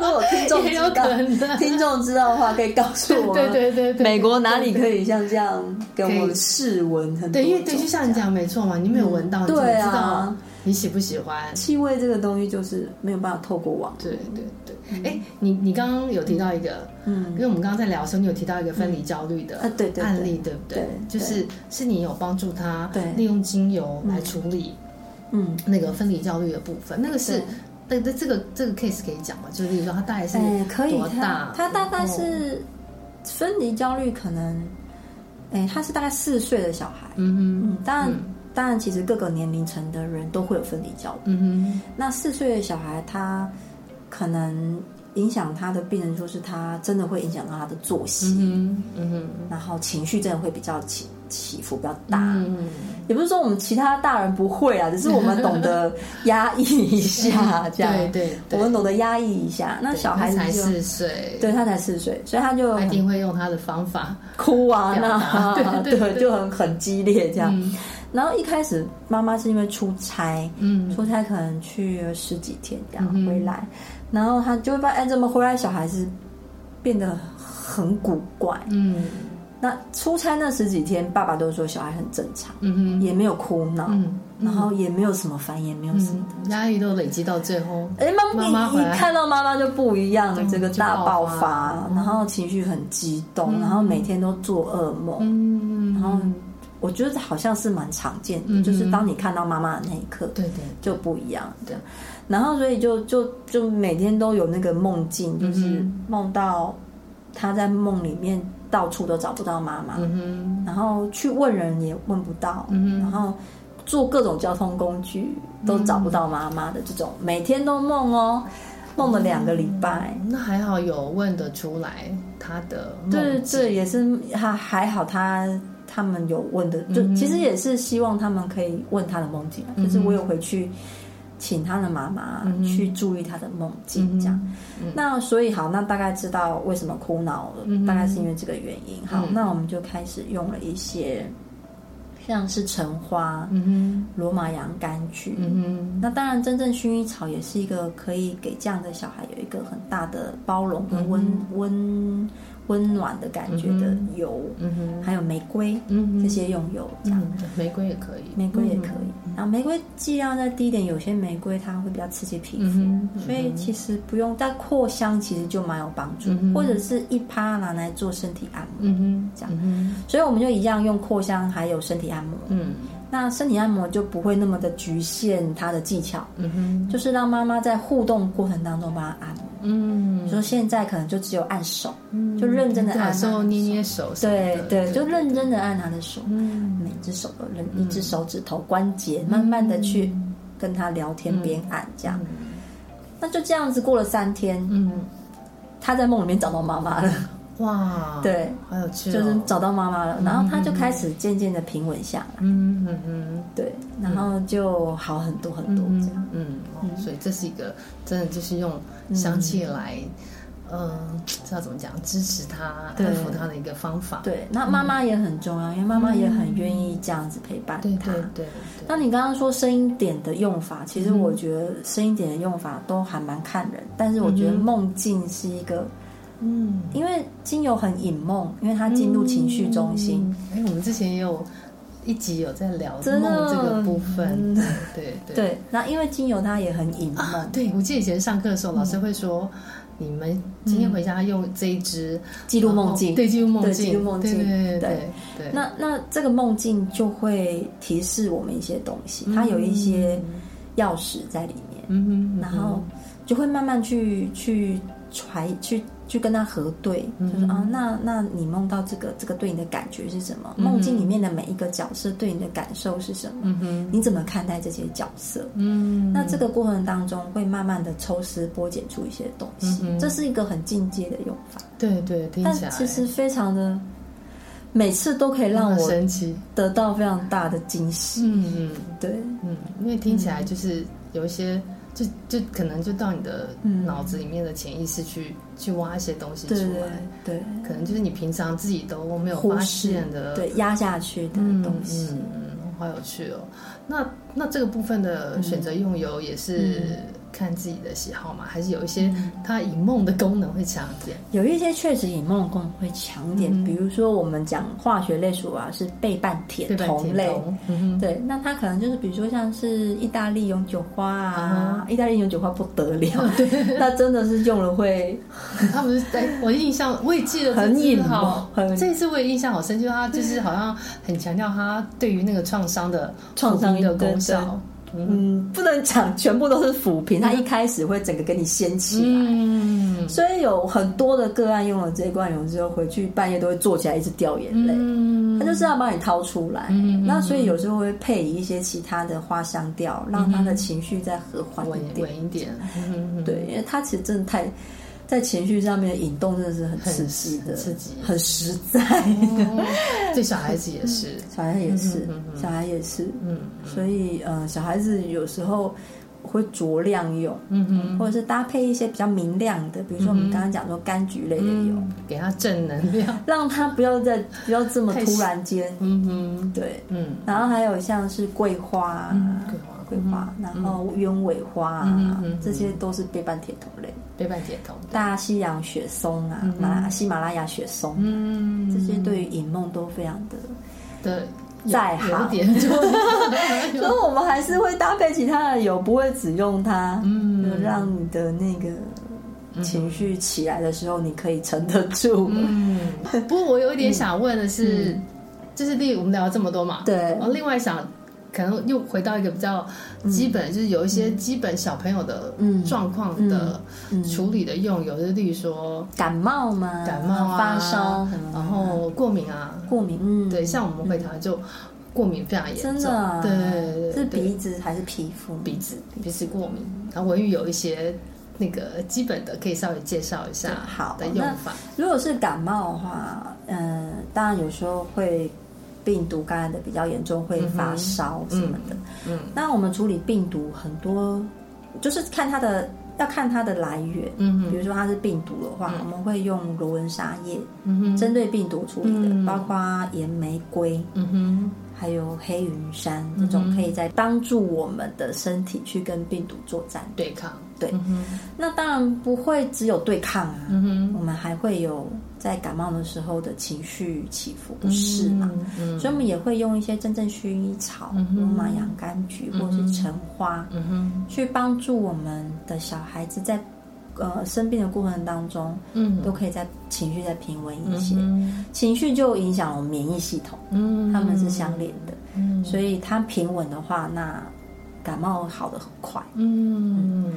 S3: 如果听众
S2: 也有
S3: 知
S2: 可
S3: 道，
S2: 能。
S3: 听众知道的话，可以告诉我。
S2: 对对对对，
S3: 美国哪里可以像这样给我
S2: 可以
S3: 们试闻很多种？
S2: 对，因为对，就像你讲，没错嘛，你没有闻到，
S3: 嗯
S2: 你怎么
S3: 对
S2: 知
S3: 啊
S2: 道你喜不喜欢？
S3: 气味这个东西就是没有办法透过网。
S2: 对对对，哎，你你刚刚有提到一个，
S3: 嗯
S2: 因为我们刚刚在聊的时候，你有提到一个分离焦虑的
S3: 嗯啊对对对
S2: 案例，对不对
S3: 对？对
S2: 就是是你有帮助他
S3: 对
S2: 利用精油来处理
S3: 嗯，
S2: 那个分离焦虑的部分，那个是
S3: 对。
S2: 那那这个这个 case 可以讲吗？就是例如说，他大概是
S3: 哎，可以
S2: 多，大哦
S3: 他？他大概
S2: 然后
S3: 是分离焦虑，可能，哎，他是大概四岁的小孩。
S2: 嗯
S3: 嗯，当然，
S2: 嗯
S3: 当然，其实各个年龄层的人都会有分离焦虑
S2: 哼。嗯
S3: 那四岁的小孩，他可能影响他的病人，就是他真的会影响到他的作
S2: 哼
S3: 息，
S2: 嗯哼嗯哼
S3: 然后情绪真的会比较起起伏比较大。
S2: 嗯
S3: 也不是说我们其他大人不会啊，只是我们懂得压抑 一下，这样。
S2: 对对对
S3: 我们懂得压抑一下。那小孩
S2: 他才
S3: 子就，
S2: 四岁，
S3: 对他才四岁，所以他就
S2: 他一
S3: 很
S2: 定会用他的方法，
S3: 哭啊，
S2: 表
S3: 那
S2: 达 对对对
S3: 就很很激烈这样。
S2: 嗯
S3: 然后一开始妈妈是因为出差，
S2: 嗯
S3: 出差可能去了十几天这样
S2: 嗯哼
S3: 回来，然后他就会发现，哎，怎么回来小孩子变得很古怪？
S2: 嗯
S3: 那出差那十几天，爸爸都说小孩很正常，
S2: 嗯哼
S3: 也没有哭闹，
S2: 嗯
S3: 然后也没有什么烦，也没有什么。
S2: 嗯，压力都累积到最后，
S3: 哎，妈
S2: 妈
S3: 妈，
S2: 嗯妈
S3: 你
S2: 回来
S3: 你看到妈妈就不一样
S2: 对，
S3: 这个大
S2: 就爆
S3: 爆
S2: 发嗯
S3: 发，然后情绪很激动，然后每天都做噩梦。
S2: 嗯，然
S3: 然后我觉得好像是蛮常见的，
S2: 嗯
S3: 就是当你看到妈妈的那一刻，
S2: 对对，
S3: 就不一样的。然后所以就就就每天都有那个梦境，就是
S2: 嗯
S3: 梦到他在梦里面到处都找不到妈妈，
S2: 嗯
S3: 然后去问人也问不到，
S2: 嗯
S3: 然后坐各种交通工具都找不到妈妈的这种，每天都梦哦，梦了两个礼拜。
S2: 哼，那还好有问得出来他的梦
S3: 对
S2: 境
S3: 对，也是还还好他，他们有问的，就、
S2: 嗯
S3: 其实也是希望他们可以问他的梦境啊，
S2: 嗯
S3: 就是我有回去请他的妈妈
S2: 嗯
S3: 去注意他的梦境
S2: 嗯
S3: 这样。
S2: 嗯
S3: 那所以好，那大概知道为什么哭闹了，
S2: 嗯
S3: 大概是因为这个原因。好，
S2: 嗯
S3: 那我们就开始用了一些像是橙花、
S2: 嗯
S3: 罗马洋甘菊。
S2: 哼嗯
S3: 那当然，真正薰衣草也
S2: 嗯
S3: 是一个可以给这样的小孩有一个很大的包容跟温温温暖的感觉的油，
S2: 嗯哼，
S3: 还有玫瑰
S2: 嗯哼
S3: 这些用油这样。
S2: 嗯，玫瑰也可以，
S3: 玫瑰也可以，然后玫瑰剂量再低一点，有些玫瑰它会比较刺激皮肤，
S2: 嗯哼
S3: 所以其实不用，但扩香其实就蛮有帮助，或者是一趴拿来做身体按摩，
S2: 嗯哼，
S3: 这样
S2: 嗯哼，
S3: 所以我们就一样用扩香还有身体按摩。
S2: 嗯
S3: 那身体按摩就不会那么的局限它的技巧，
S2: 嗯哼，
S3: 就是让妈妈在互动过程当中帮她按摩。
S2: 嗯，
S3: 说现在可能就只有按手，就认真的按她
S2: 感
S3: 的
S2: 受
S3: 手，
S2: 捏捏手什么
S3: 对
S2: 的，
S3: 对，就认真的按她的手，
S2: 嗯
S3: 每只手都认，一只手指头关节，慢慢的去跟她聊天，边按这样。那就这样子过了三天，
S2: 嗯，
S3: 她在梦里面找到妈妈了，
S2: 哇，，
S3: 对，
S2: 好有趣哦，
S3: 就是找到妈妈了，然后她就开始渐渐的平稳下来，
S2: 嗯嗯嗯。
S3: 对，然后就好很多很多这样。
S2: 嗯，哦所以这是一个真的就是用香气来，嗯，知道怎么讲，支持他、
S3: 对
S2: 安抚他的一个方法。
S3: 对，那妈妈也很重要，因为妈妈也很愿意这样子陪伴
S2: 嗯对
S3: 他
S2: 对。对对，
S3: 那你刚刚说声音点的用法，其实我觉得声音点的用法都还蛮看人，但是我觉得梦境是一个，
S2: 嗯，
S3: 因为精油很引梦，因为它进入情绪中心，
S2: 哎，我们之前也有一集有在聊
S3: 嗯真的嗯
S2: 梦这个部分，对对
S3: 对，那因为精油它也很引
S2: 啊
S3: 梦，，
S2: 对，我记得以前上课的时
S3: 嗯
S2: 候，老师会说，你们今天回家用这一支
S3: 嗯记录梦
S2: 然后
S3: 境。
S2: 对，记录梦
S3: 对
S2: 境，
S3: 记录梦境
S2: 对对对
S3: 对
S2: 对。
S3: 那那这个梦境就会提示我们一些东西，它有一些钥匙在里面。
S2: 嗯哼，嗯哼
S3: 然后就会慢慢去去揣去去跟他核对，
S2: 嗯
S3: 就是啊，那那你梦到这个这个对你的感觉是什么？梦境里面的每一个角色对你的感受是什么？
S2: 嗯哼，
S3: 你怎么看待这些角色？
S2: 嗯，
S3: 那这个过程当中会慢慢的抽丝剥茧出一些东西，
S2: 嗯哼
S3: 这是一个很进阶的用法，
S2: 对对，听
S3: 但
S2: 起来
S3: 其实非常的，每次都可以让
S2: 很
S3: 我
S2: 神奇。
S3: 得到非常大的惊喜。
S2: 嗯嗯
S3: 对，
S2: 嗯，因为听起来就是有一些，就就可能就到你的
S3: 嗯
S2: 脑子里面的潜意识去、去挖一些东西出
S3: 对
S2: 来，
S3: 对
S2: 可能就是你平常自己都没
S3: 对，
S2: 有
S3: 忽
S2: 发
S3: 视
S2: 现的
S3: 对压下去的
S2: 嗯
S3: 东西。
S2: 嗯嗯，好有趣哦。那那这个部分的选择用油也
S3: 嗯
S2: 是看自己的喜好嘛，还是有一些它以梦的功能会强一点？
S3: 有一些确实以梦功能会强一点，比如说我们讲化学类属啊是倍半铁
S2: 对吧？
S3: 酮类，
S2: 同嗯哼，
S3: 对，那它可能就是比如说像是意大利永久花啊，意大利永久花不得了， 那真的是用了会
S2: 他们是哎，我印象我也记得
S3: 很
S2: 这次
S3: 隐
S2: 好，
S3: 很
S2: 这一次我也印象好深，就是他就是好像很强调他对于那个创伤的
S3: 创伤
S2: 抚平的
S3: 对
S2: 功效，
S3: 嗯，不能讲全部都是抚平，它一开始会整个给你掀起来。
S2: 嗯
S3: 所以有很多的个案用了这一罐油之后，回去半夜都会坐起来一直掉眼泪，
S2: 嗯
S3: 它就是要帮你掏出来。
S2: 嗯嗯嗯
S3: 那所以有时候会配以一些其他的花香调，让
S2: 嗯
S3: 他的情绪再和缓
S2: 稳
S3: 一点。
S2: 稳一点，嗯，
S3: 对，因为它其实真的太在情绪上面的引动，真的是很刺激的，
S2: 很刺激
S3: 很实在。
S2: 哦对小孩子也是，
S3: 小孩也是，
S2: 嗯哼
S3: 小孩也是，
S2: 嗯
S3: 所以呃，小孩子有时候会酌量用，
S2: 嗯哼，
S3: 或者是搭配一些比较明亮的，比如说我们刚刚讲说柑橘类的油，
S2: 嗯，给他正能量，
S3: 让它不要再不要这么
S2: 太
S3: 突然间，
S2: 嗯哼，
S3: 对。
S2: 嗯，
S3: 然后还有像是桂花啊、
S2: 桂花
S3: 桂花，然后鸢尾花
S2: 嗯
S3: 啊
S2: 嗯嗯，
S3: 这些都是倍半铁酮类。
S2: 背叛解痛，
S3: 大西洋雪松啊，马拉喜马拉雅雪松，
S2: 嗯，
S3: 这些对于引梦都非常的，
S2: 的有
S3: 在
S2: 有一
S3: 行
S2: 点就，
S3: 所以我们还是会搭配其他的油，不会只用它，
S2: 嗯
S3: 就让你的那个情绪起来的时候，你可以撑得住。
S2: 嗯，不过我有一点想问的是，就是例如我们聊了这么多嘛，
S3: 对
S2: 然后另外想可能又回到一个比较基本，就是有一些基本小朋友的
S3: 嗯
S2: 状况的处理的用油，就是例如说
S3: 感冒嘛，
S2: 感冒啊、
S3: 发烧什么的，
S2: 然后过敏啊，
S3: 过敏，嗯，
S2: 对，像我们回台湾就过敏非常严重，
S3: 真的啊，
S2: 对对对，
S3: 是
S2: 对
S3: 鼻子还是皮肤？
S2: 鼻子鼻子过敏，然后文玉有一些。那个基本的可以稍微介绍一下
S3: 对好
S2: 的
S3: 那
S2: 用法，
S3: 如果是感冒的话，嗯、当然有时候会病毒感染的比较严重，会发烧什么的。
S2: 嗯嗯
S3: 那我们处理病毒很多，就是看它的要看它的来源。
S2: 嗯
S3: 比
S2: 哼，
S3: 如说它是病毒的话，我们会用罗纹沙叶
S2: 嗯哼，
S3: 针对病毒处理的，
S2: 嗯
S3: 包括岩玫瑰，
S2: 嗯哼，
S3: 还有黑
S2: 嗯
S3: 云杉这种，可以在帮助我们的身体去跟病毒作战。
S2: 对抗，嗯
S3: 对。那当然不会只有对抗啊，
S2: 嗯
S3: 我们还会有在感冒的时候的情绪起伏不适嘛，啊
S2: 嗯
S3: 所以我们也会用一些真正薰衣草、罗马洋甘菊或是橙花，
S2: 嗯
S3: 去帮助我们的小孩子在呃生病的过程当中，
S2: 嗯
S3: 都可以在情绪再平稳一些。情绪就影响我们免疫系统，
S2: 嗯
S3: 它们是相连的，
S2: 嗯
S3: 所以它平稳的话，那感冒好的很快。
S2: 嗯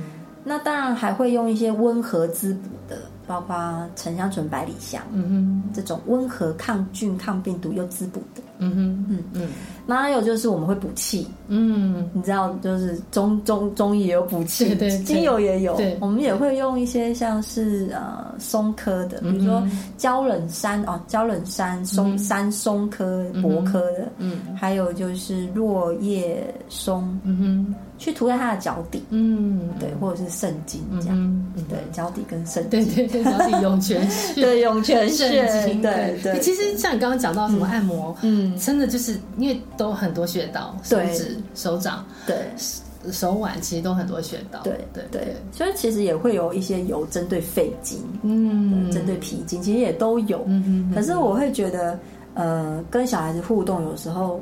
S3: 那当然还会用一些温和滋补的，包括沉香醇、百里香
S2: 嗯
S3: 这种温和抗菌、抗病毒又滋补的。
S2: 嗯嗯嗯
S3: 那还有就是我们会补气，
S2: 嗯
S3: 你知道，就是中中中医也有补气，
S2: 对对对
S3: 精油也有
S2: 对，
S3: 我们也会用一些像是呃松科的，比
S2: 嗯
S3: 如说胶冷杉哦，胶冷杉松杉松科、柏科的，
S2: 嗯
S3: 还有就是落叶松，
S2: 嗯
S3: 去涂在它的脚底，
S2: 嗯，
S3: 对，或者是肾经这样，
S2: 嗯，
S3: 对，脚底跟肾经，
S2: 对对对，脚底涌泉穴，
S3: 对，涌泉穴
S2: 肾经，
S3: 对对，
S2: 其实像你刚刚讲到什么按摩，
S3: 嗯，
S2: 真的就是因为都很多穴道，手
S3: 对
S2: 指、手掌、
S3: 对
S2: 手腕其实都很多穴道，
S3: 对
S2: 对
S3: 对，，所以其实也会有一些油针对肺经，
S2: 嗯，
S3: 针对脾经，其实也都有，
S2: 嗯
S3: 可是我会觉得，呃，跟小孩子互动有时候，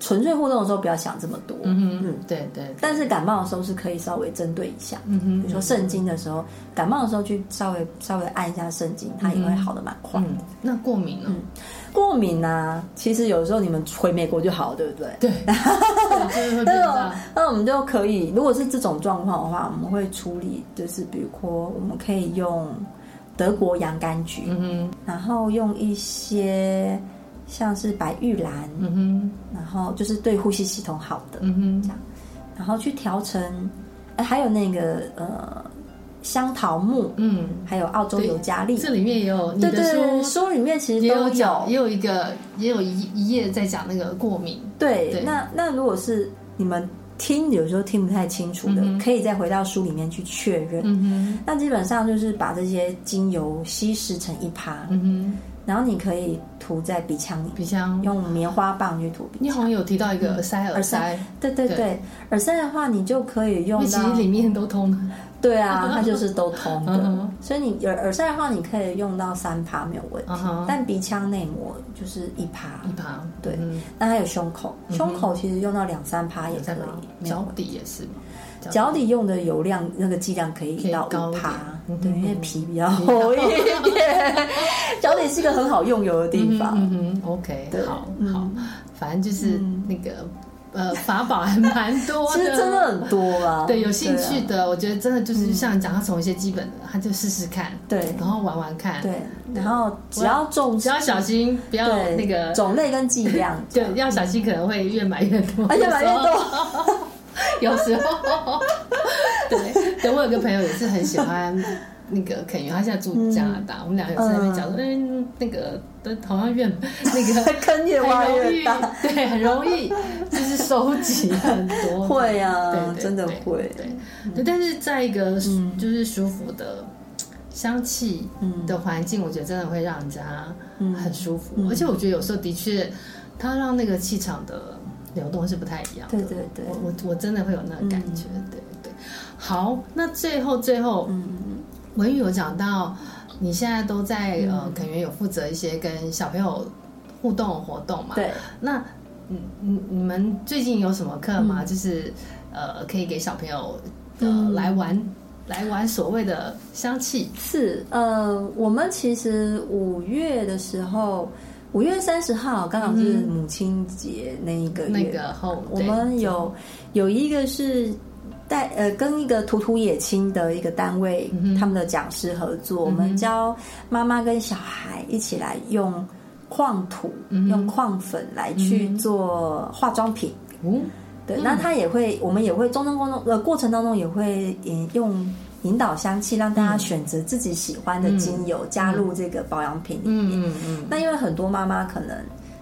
S3: 纯粹互动的时候不要想这么多。
S2: 嗯嗯，对对，
S3: 但是感冒的时候是可以稍微针对一下，
S2: 嗯
S3: 比
S2: 哼
S3: 如说肾经的时候，感冒的时候去稍微稍微按一下肾经，它也会好的蛮快。
S2: 嗯，那过敏呢？
S3: 过敏啊，其实有时候你们回美国就好了，对不对？
S2: 对，就是会变
S3: 那
S2: 大，
S3: 那我们就可以，如果是这种状况的话，我们会处理，就是比如说我们可以用德国洋甘菊，
S2: 嗯
S3: 然后用一些像是白玉兰，
S2: 哼，嗯哼，
S3: 然后就是对呼吸系统好的，
S2: 嗯哼，
S3: 然后去调成，呃、还有那个呃香桃木，
S2: 嗯。
S3: 还有澳洲尤加利，
S2: 这里面也有你
S3: 对
S2: 的
S3: 对，
S2: 书
S3: 书里面其实
S2: 也
S3: 都
S2: 有讲，也有一个也有一一页在讲那个过敏，
S3: 对，
S2: 对
S3: 那那如果是你们听有时候听不太清楚的，可以再回到书里面去确认。
S2: 嗯
S3: 那基本上就是把这些精油稀释成一趴，
S2: 哼，嗯
S3: 然后你可以涂在鼻腔里
S2: 哼，，鼻腔。
S3: 用棉花棒去涂鼻
S2: 你好像有提到一个耳塞，耳塞，
S3: 对对对，耳塞的话，你就可以
S2: 因
S3: 用
S2: 为其
S3: 到
S2: 实。里面都通的。
S3: 对 啊，它就是都通
S2: 嗯
S3: 的
S2: 哼。
S3: 所以你耳耳塞的话，你可以用到三趴没有问题
S2: 嗯哼，
S3: 但鼻腔内膜就是一趴。
S2: 一旁，
S3: 对
S2: 嗯，
S3: 那还有胸口，胸口其实用到两三趴也可
S2: 在旁
S3: 以，没有
S2: 脚
S3: 问题。
S2: 底也是嘛，
S3: 脚底用的油量那个剂量可
S2: 可
S3: 以
S2: 以
S3: 到
S2: 高
S3: 五
S2: 一
S3: 趴
S2: 点，
S3: 对，
S2: 嗯哼
S3: 因为皮比较厚一点。 脚底是一个很好用油的地方，
S2: 嗯哼，OK，
S3: 对
S2: 好
S3: 嗯
S2: 好，反正就是那个呃法宝还蛮多的，
S3: 其实真的很多啦。
S2: 对有兴
S3: 对
S2: 趣
S3: 啊，
S2: 的，我觉得真的就是像你讲，他从一些基本的，他就试试看，
S3: 对啊
S2: 然后玩玩看，
S3: 对，然后只要重
S2: 只
S3: 视
S2: 要小心，不要
S3: 对
S2: 那个
S3: 种类跟剂量，
S2: 对，要小心可能会越买越多，
S3: 而且买越多，
S2: 有时候。 对，对我有个朋友也是很喜欢那个肯源，他现在住加拿
S3: 嗯
S2: 大，我们俩有时候在那边讲说，嗯，那个好像越那个
S3: 坑越挖
S2: 很容易
S3: 越大。，
S2: 对，很容易就是收集很多，
S3: 会啊
S2: 对对
S3: 真的
S2: 对
S3: 会嗯
S2: 对，对但是在一个就是舒服的。嗯香气的环境，我觉得真的会让人家很舒服，
S3: 嗯
S2: 而且我觉得有时候的确，它让那个气场的流动是不太一样的。
S3: 对对对嗯
S2: 我我我真的会有那个感觉，对对。好，那最后最后，文宇有讲到，你现在都在、呃
S3: 嗯
S2: 肯园有负责一些跟小朋友互动的活动嘛？。
S3: 对，
S2: 那你你你们最近有什么课吗？
S3: 嗯
S2: 就是呃，可以给小朋友呃、来玩来玩所谓的香气。
S3: 是呃，我们其实五月的时候，五月三十号刚好
S2: 嗯
S3: 是母亲节那一个月，
S2: 那个后，
S3: 我
S2: 对
S3: 们有有一个是带呃跟一个图图野青的一个单位，
S2: 嗯
S3: 他们的讲师合作，我们教妈妈跟小孩一起来用矿土、
S2: 嗯
S3: 用矿粉来去做化妆品。
S2: 哦，
S3: 对，那他也会，我们也会中中过程呃过程当中也会引用引导香气，让
S2: 嗯
S3: 大家选择自己喜欢的精油、加入这个保养品里面。
S2: 嗯嗯
S3: 那因为很多妈妈可能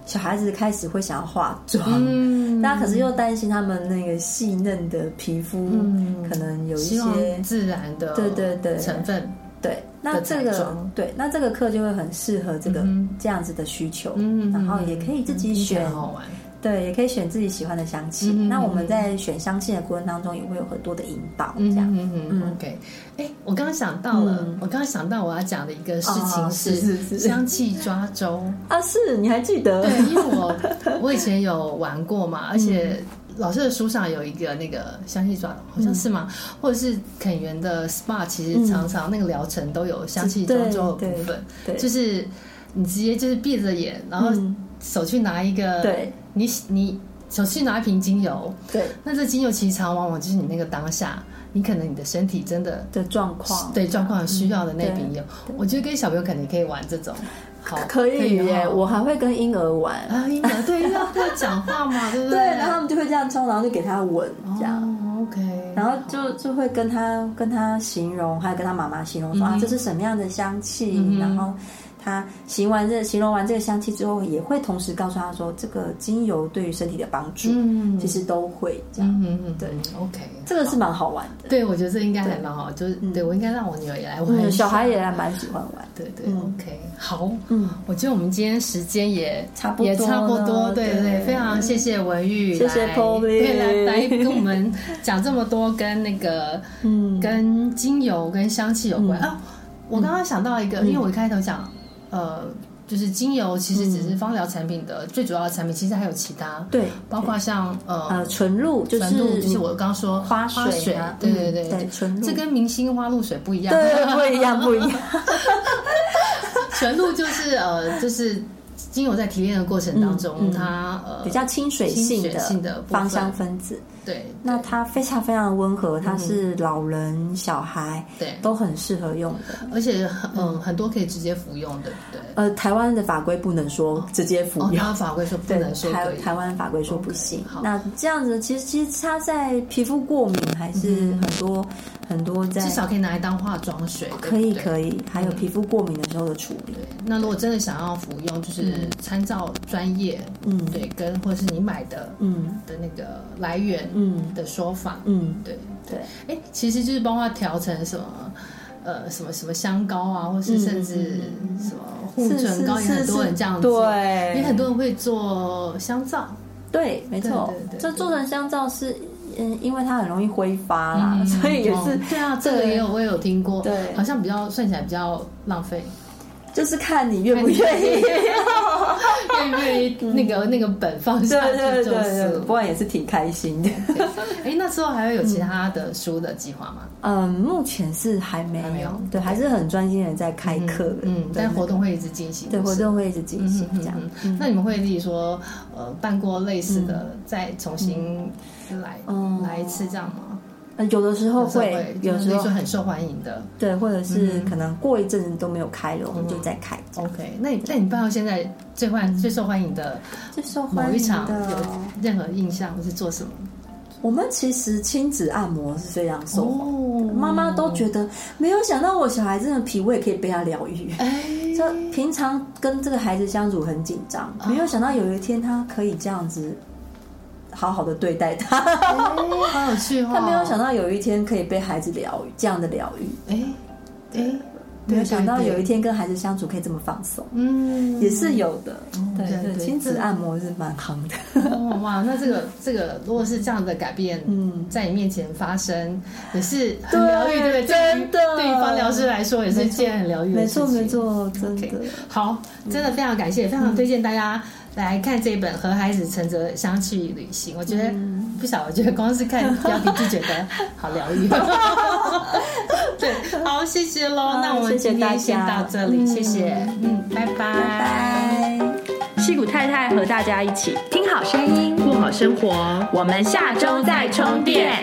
S3: 小孩子开始会想要化妆，
S2: 嗯，
S3: 那可是又担心他们那个细嫩的皮肤、可能有一
S2: 嗯希望
S3: 些
S2: 自然的
S3: 对对对
S2: 成分，
S3: 对，那这
S2: 彩
S3: 个
S2: 妆
S3: 对，那这个课就会很适合这个、这样子的需求，
S2: 嗯
S3: 然后也可以自己
S2: 听起来
S3: 选
S2: 好玩，
S3: 对，也可以选自己喜欢的香气。
S2: 嗯哼
S3: 那我们在选香气的过程当中，也会有很多的引导，这
S2: 嗯
S3: 样。嗯
S2: 嗯嗯嗯，OK。哎，我刚刚想到了，我刚刚想到我要讲的一个事情
S3: 哦是是是
S2: 香气抓 周。
S3: 啊，是你还记得？
S2: 对，因为我我以前有玩过
S3: 嗯
S2: 嘛，而且老师的书上有一个那个香气抓，好像是吗？
S3: 嗯
S2: 或者是垦源的 SPA，其实常常那个疗程都有香气抓周的部分，
S3: 对对
S2: 就是呃你直接就是闭着眼，然后
S3: 嗯
S2: 手去拿一个，
S3: 对
S2: 你你手去拿一瓶精油，
S3: 对
S2: 那这精油其实常往往就是你那个当下，你可能你的身体真的。
S3: 的状况，
S2: 对状况需要的那
S3: 嗯
S2: 瓶
S3: 对
S2: 油，我觉得跟小朋友可能可以玩这种，好
S3: 可以耶，
S2: 哦
S3: 我还会跟婴儿玩。
S2: 啊，婴儿对要会讲话嘛，对不
S3: 对，
S2: 对，
S3: 然后他们就会这样冲，然后就给他吻，这样。
S2: 哦，OK，
S3: 然后就就会跟他跟他形容，还有跟他妈妈形容说、
S2: 嗯
S3: 啊，这是什么样的香气。
S2: 嗯哼
S3: 然后他形完这形容完这个香气之后，也会同时告诉他说，这个精油对于身体的帮助，
S2: 嗯
S3: 其实都会这样。
S2: 嗯嗯嗯，
S3: 对
S2: ，OK，
S3: 这个是蛮好玩的，
S2: 对我觉得这应该还蛮好，就是对我应该让我女儿也来玩一下，
S3: 嗯，小孩也还蛮喜欢玩。
S2: 对对
S3: 嗯
S2: ，OK，好，
S3: 嗯，
S2: 我觉得我们今天时间也
S3: 差不多
S2: 也差不多，
S3: 了
S2: 对
S3: 对
S2: 对，非常谢谢文玉来，
S3: 谢谢 Polly
S2: 对来来跟我们讲这么多跟那个
S3: 嗯
S2: 跟精油跟香气有关
S3: 嗯
S2: 啊。我刚刚想到一个，因为我一开头讲，呃，就是精油其实只是芳疗产品的最主要的产品，其实还有其他，
S3: 嗯对，
S2: 包括像
S3: 呃
S2: 呃
S3: 纯露就是
S2: 纯露， 就是我刚刚说
S3: 花
S2: 花
S3: 水
S2: 水
S3: 啊，，
S2: 对
S3: 嗯
S2: 对对
S3: 对，纯露
S2: 这跟明星花露水不一样，
S3: 对不一样不一 样，
S2: 纯露就是呃，就是精油在提炼的过程当中，
S3: 嗯嗯
S2: 它呃
S3: 比较清水性
S2: 清水性的
S3: 的
S2: 部分
S3: 芳香分子。
S2: 对
S3: 那它非常非常的温和，它是老人、小孩
S2: 嗯对，
S3: 都很适合用的。
S2: 而且嗯很多可以直接服用，对不对？
S3: 呃，台湾的法规不能说直接服
S2: 哦，
S3: 用，
S2: 然后法规说不
S3: 对
S2: 能，说
S3: 台
S2: 可以，
S3: 台湾法规说不行
S2: OK，好。
S3: 那这样子，其实其实它在皮肤过敏还是很多很多在
S2: 嗯至少嗯可以拿来当化妆水，
S3: 可以
S2: 以。
S3: 可以，还有皮肤过敏的时候的处理。
S2: 那如果真的想要服用，就是参照专业，
S3: 嗯
S2: 对，跟或者是你买的
S3: 嗯
S2: 的那个来源
S3: 嗯
S2: 的说法，
S3: 嗯，
S2: 对
S3: 对，
S2: 哎，其实就是包括调成什么。呃，什么什么香膏啊，或
S3: 嗯
S2: 是甚至什么护
S3: 是
S2: 唇
S3: 是
S2: 膏，也
S3: 是
S2: 很多人
S3: 是
S2: 这样子，
S3: 对，
S2: 也很多人会做香皂，
S3: 对，没错
S2: 对对对，
S3: 就
S2: 对
S3: 做成香皂是，嗯，因为它很容易挥发啦，
S2: 嗯
S3: 啊所以也
S2: 哦
S3: 是
S2: 对啊，这个
S3: 对
S2: 也有我也有听过，
S3: 对
S2: 好像比较算起来比较浪费，
S3: 就是看你愿不愿意。
S2: 愿不愿意那个那个本放
S3: 对
S2: 下去
S3: 对对
S2: 就
S3: 对
S2: 是
S3: 对，
S2: 了
S3: 不。然嗯也是挺开心 的。
S2: 哎，那之后还会有其他的书的计划吗？
S3: 嗯，目前是还没
S2: 还没有
S3: 有，对，还是很专心的在开课的，
S2: 嗯，
S3: 对
S2: 但活动会一直进行，
S3: 对
S2: 就是
S3: 活。动会一直进行
S2: 嗯嗯
S3: 这样
S2: 嗯。嗯，那你们会自己说，呃，办过类似的，再重新来
S3: 嗯
S2: 来一次这样吗？
S3: 呃，有的时候
S2: 有时候
S3: 会，有
S2: 就是嗯
S3: 时
S2: 说
S3: 候
S2: 很受欢迎的。
S3: 对，或者是可能过一阵子都没有开了，我们就再开。
S2: OK，那你那你办到现在最欢最受欢迎的
S3: 最受
S2: 某
S3: 嗯欢
S2: 一
S3: 迎
S2: 场
S3: 的
S2: 有，任何印象或是做什么？
S3: 我们其实亲子按摩是非常受欢迎。
S2: 哦
S3: 妈妈都觉得没有想到我小孩真的脾胃可以被他疗愈。
S2: 哎，
S3: 这平常跟这个孩子相处很紧张，
S2: 哦
S3: 没有想到有一天他可以这样子好好的对待他。
S2: 哎好有趣哦！
S3: 他没有想到有一天可以被孩子疗愈，这样的疗愈，
S2: 哎哎，
S3: 没有想到有一
S2: 天，
S3: 天跟孩子相处可以这么放松，
S2: 嗯，
S3: 也是有的。嗯对
S2: 对
S3: 对，
S2: 对
S3: 亲子
S2: 这
S3: 按摩是蛮夯的。
S2: 哦哇，那这个这个如果是这样的改变，
S3: 嗯
S2: 在你面前发生，也是很
S3: 对
S2: 疗愈，对不对？对于
S3: 真的
S2: 对于方疗师来说也是一件很疗愈的
S3: 没
S2: 事情。
S3: 错没错，真的
S2: OK，。好，真的非常感谢，非常推荐大家来看这本《和孩子乘着香气旅行》。我觉得
S3: 嗯
S2: 不晓得，我觉得光是看标题就觉得好疗 愈。 对，好，谢谢喽。
S3: 好
S2: 那我们
S3: 谢谢
S2: 今天
S3: 大
S2: 先
S3: 家
S2: 到这里，
S3: 嗯
S2: 谢谢，嗯，拜
S3: 拜拜。
S1: 戏骨太太和大家一起听好声音，过好生活。哦我们下周再充电。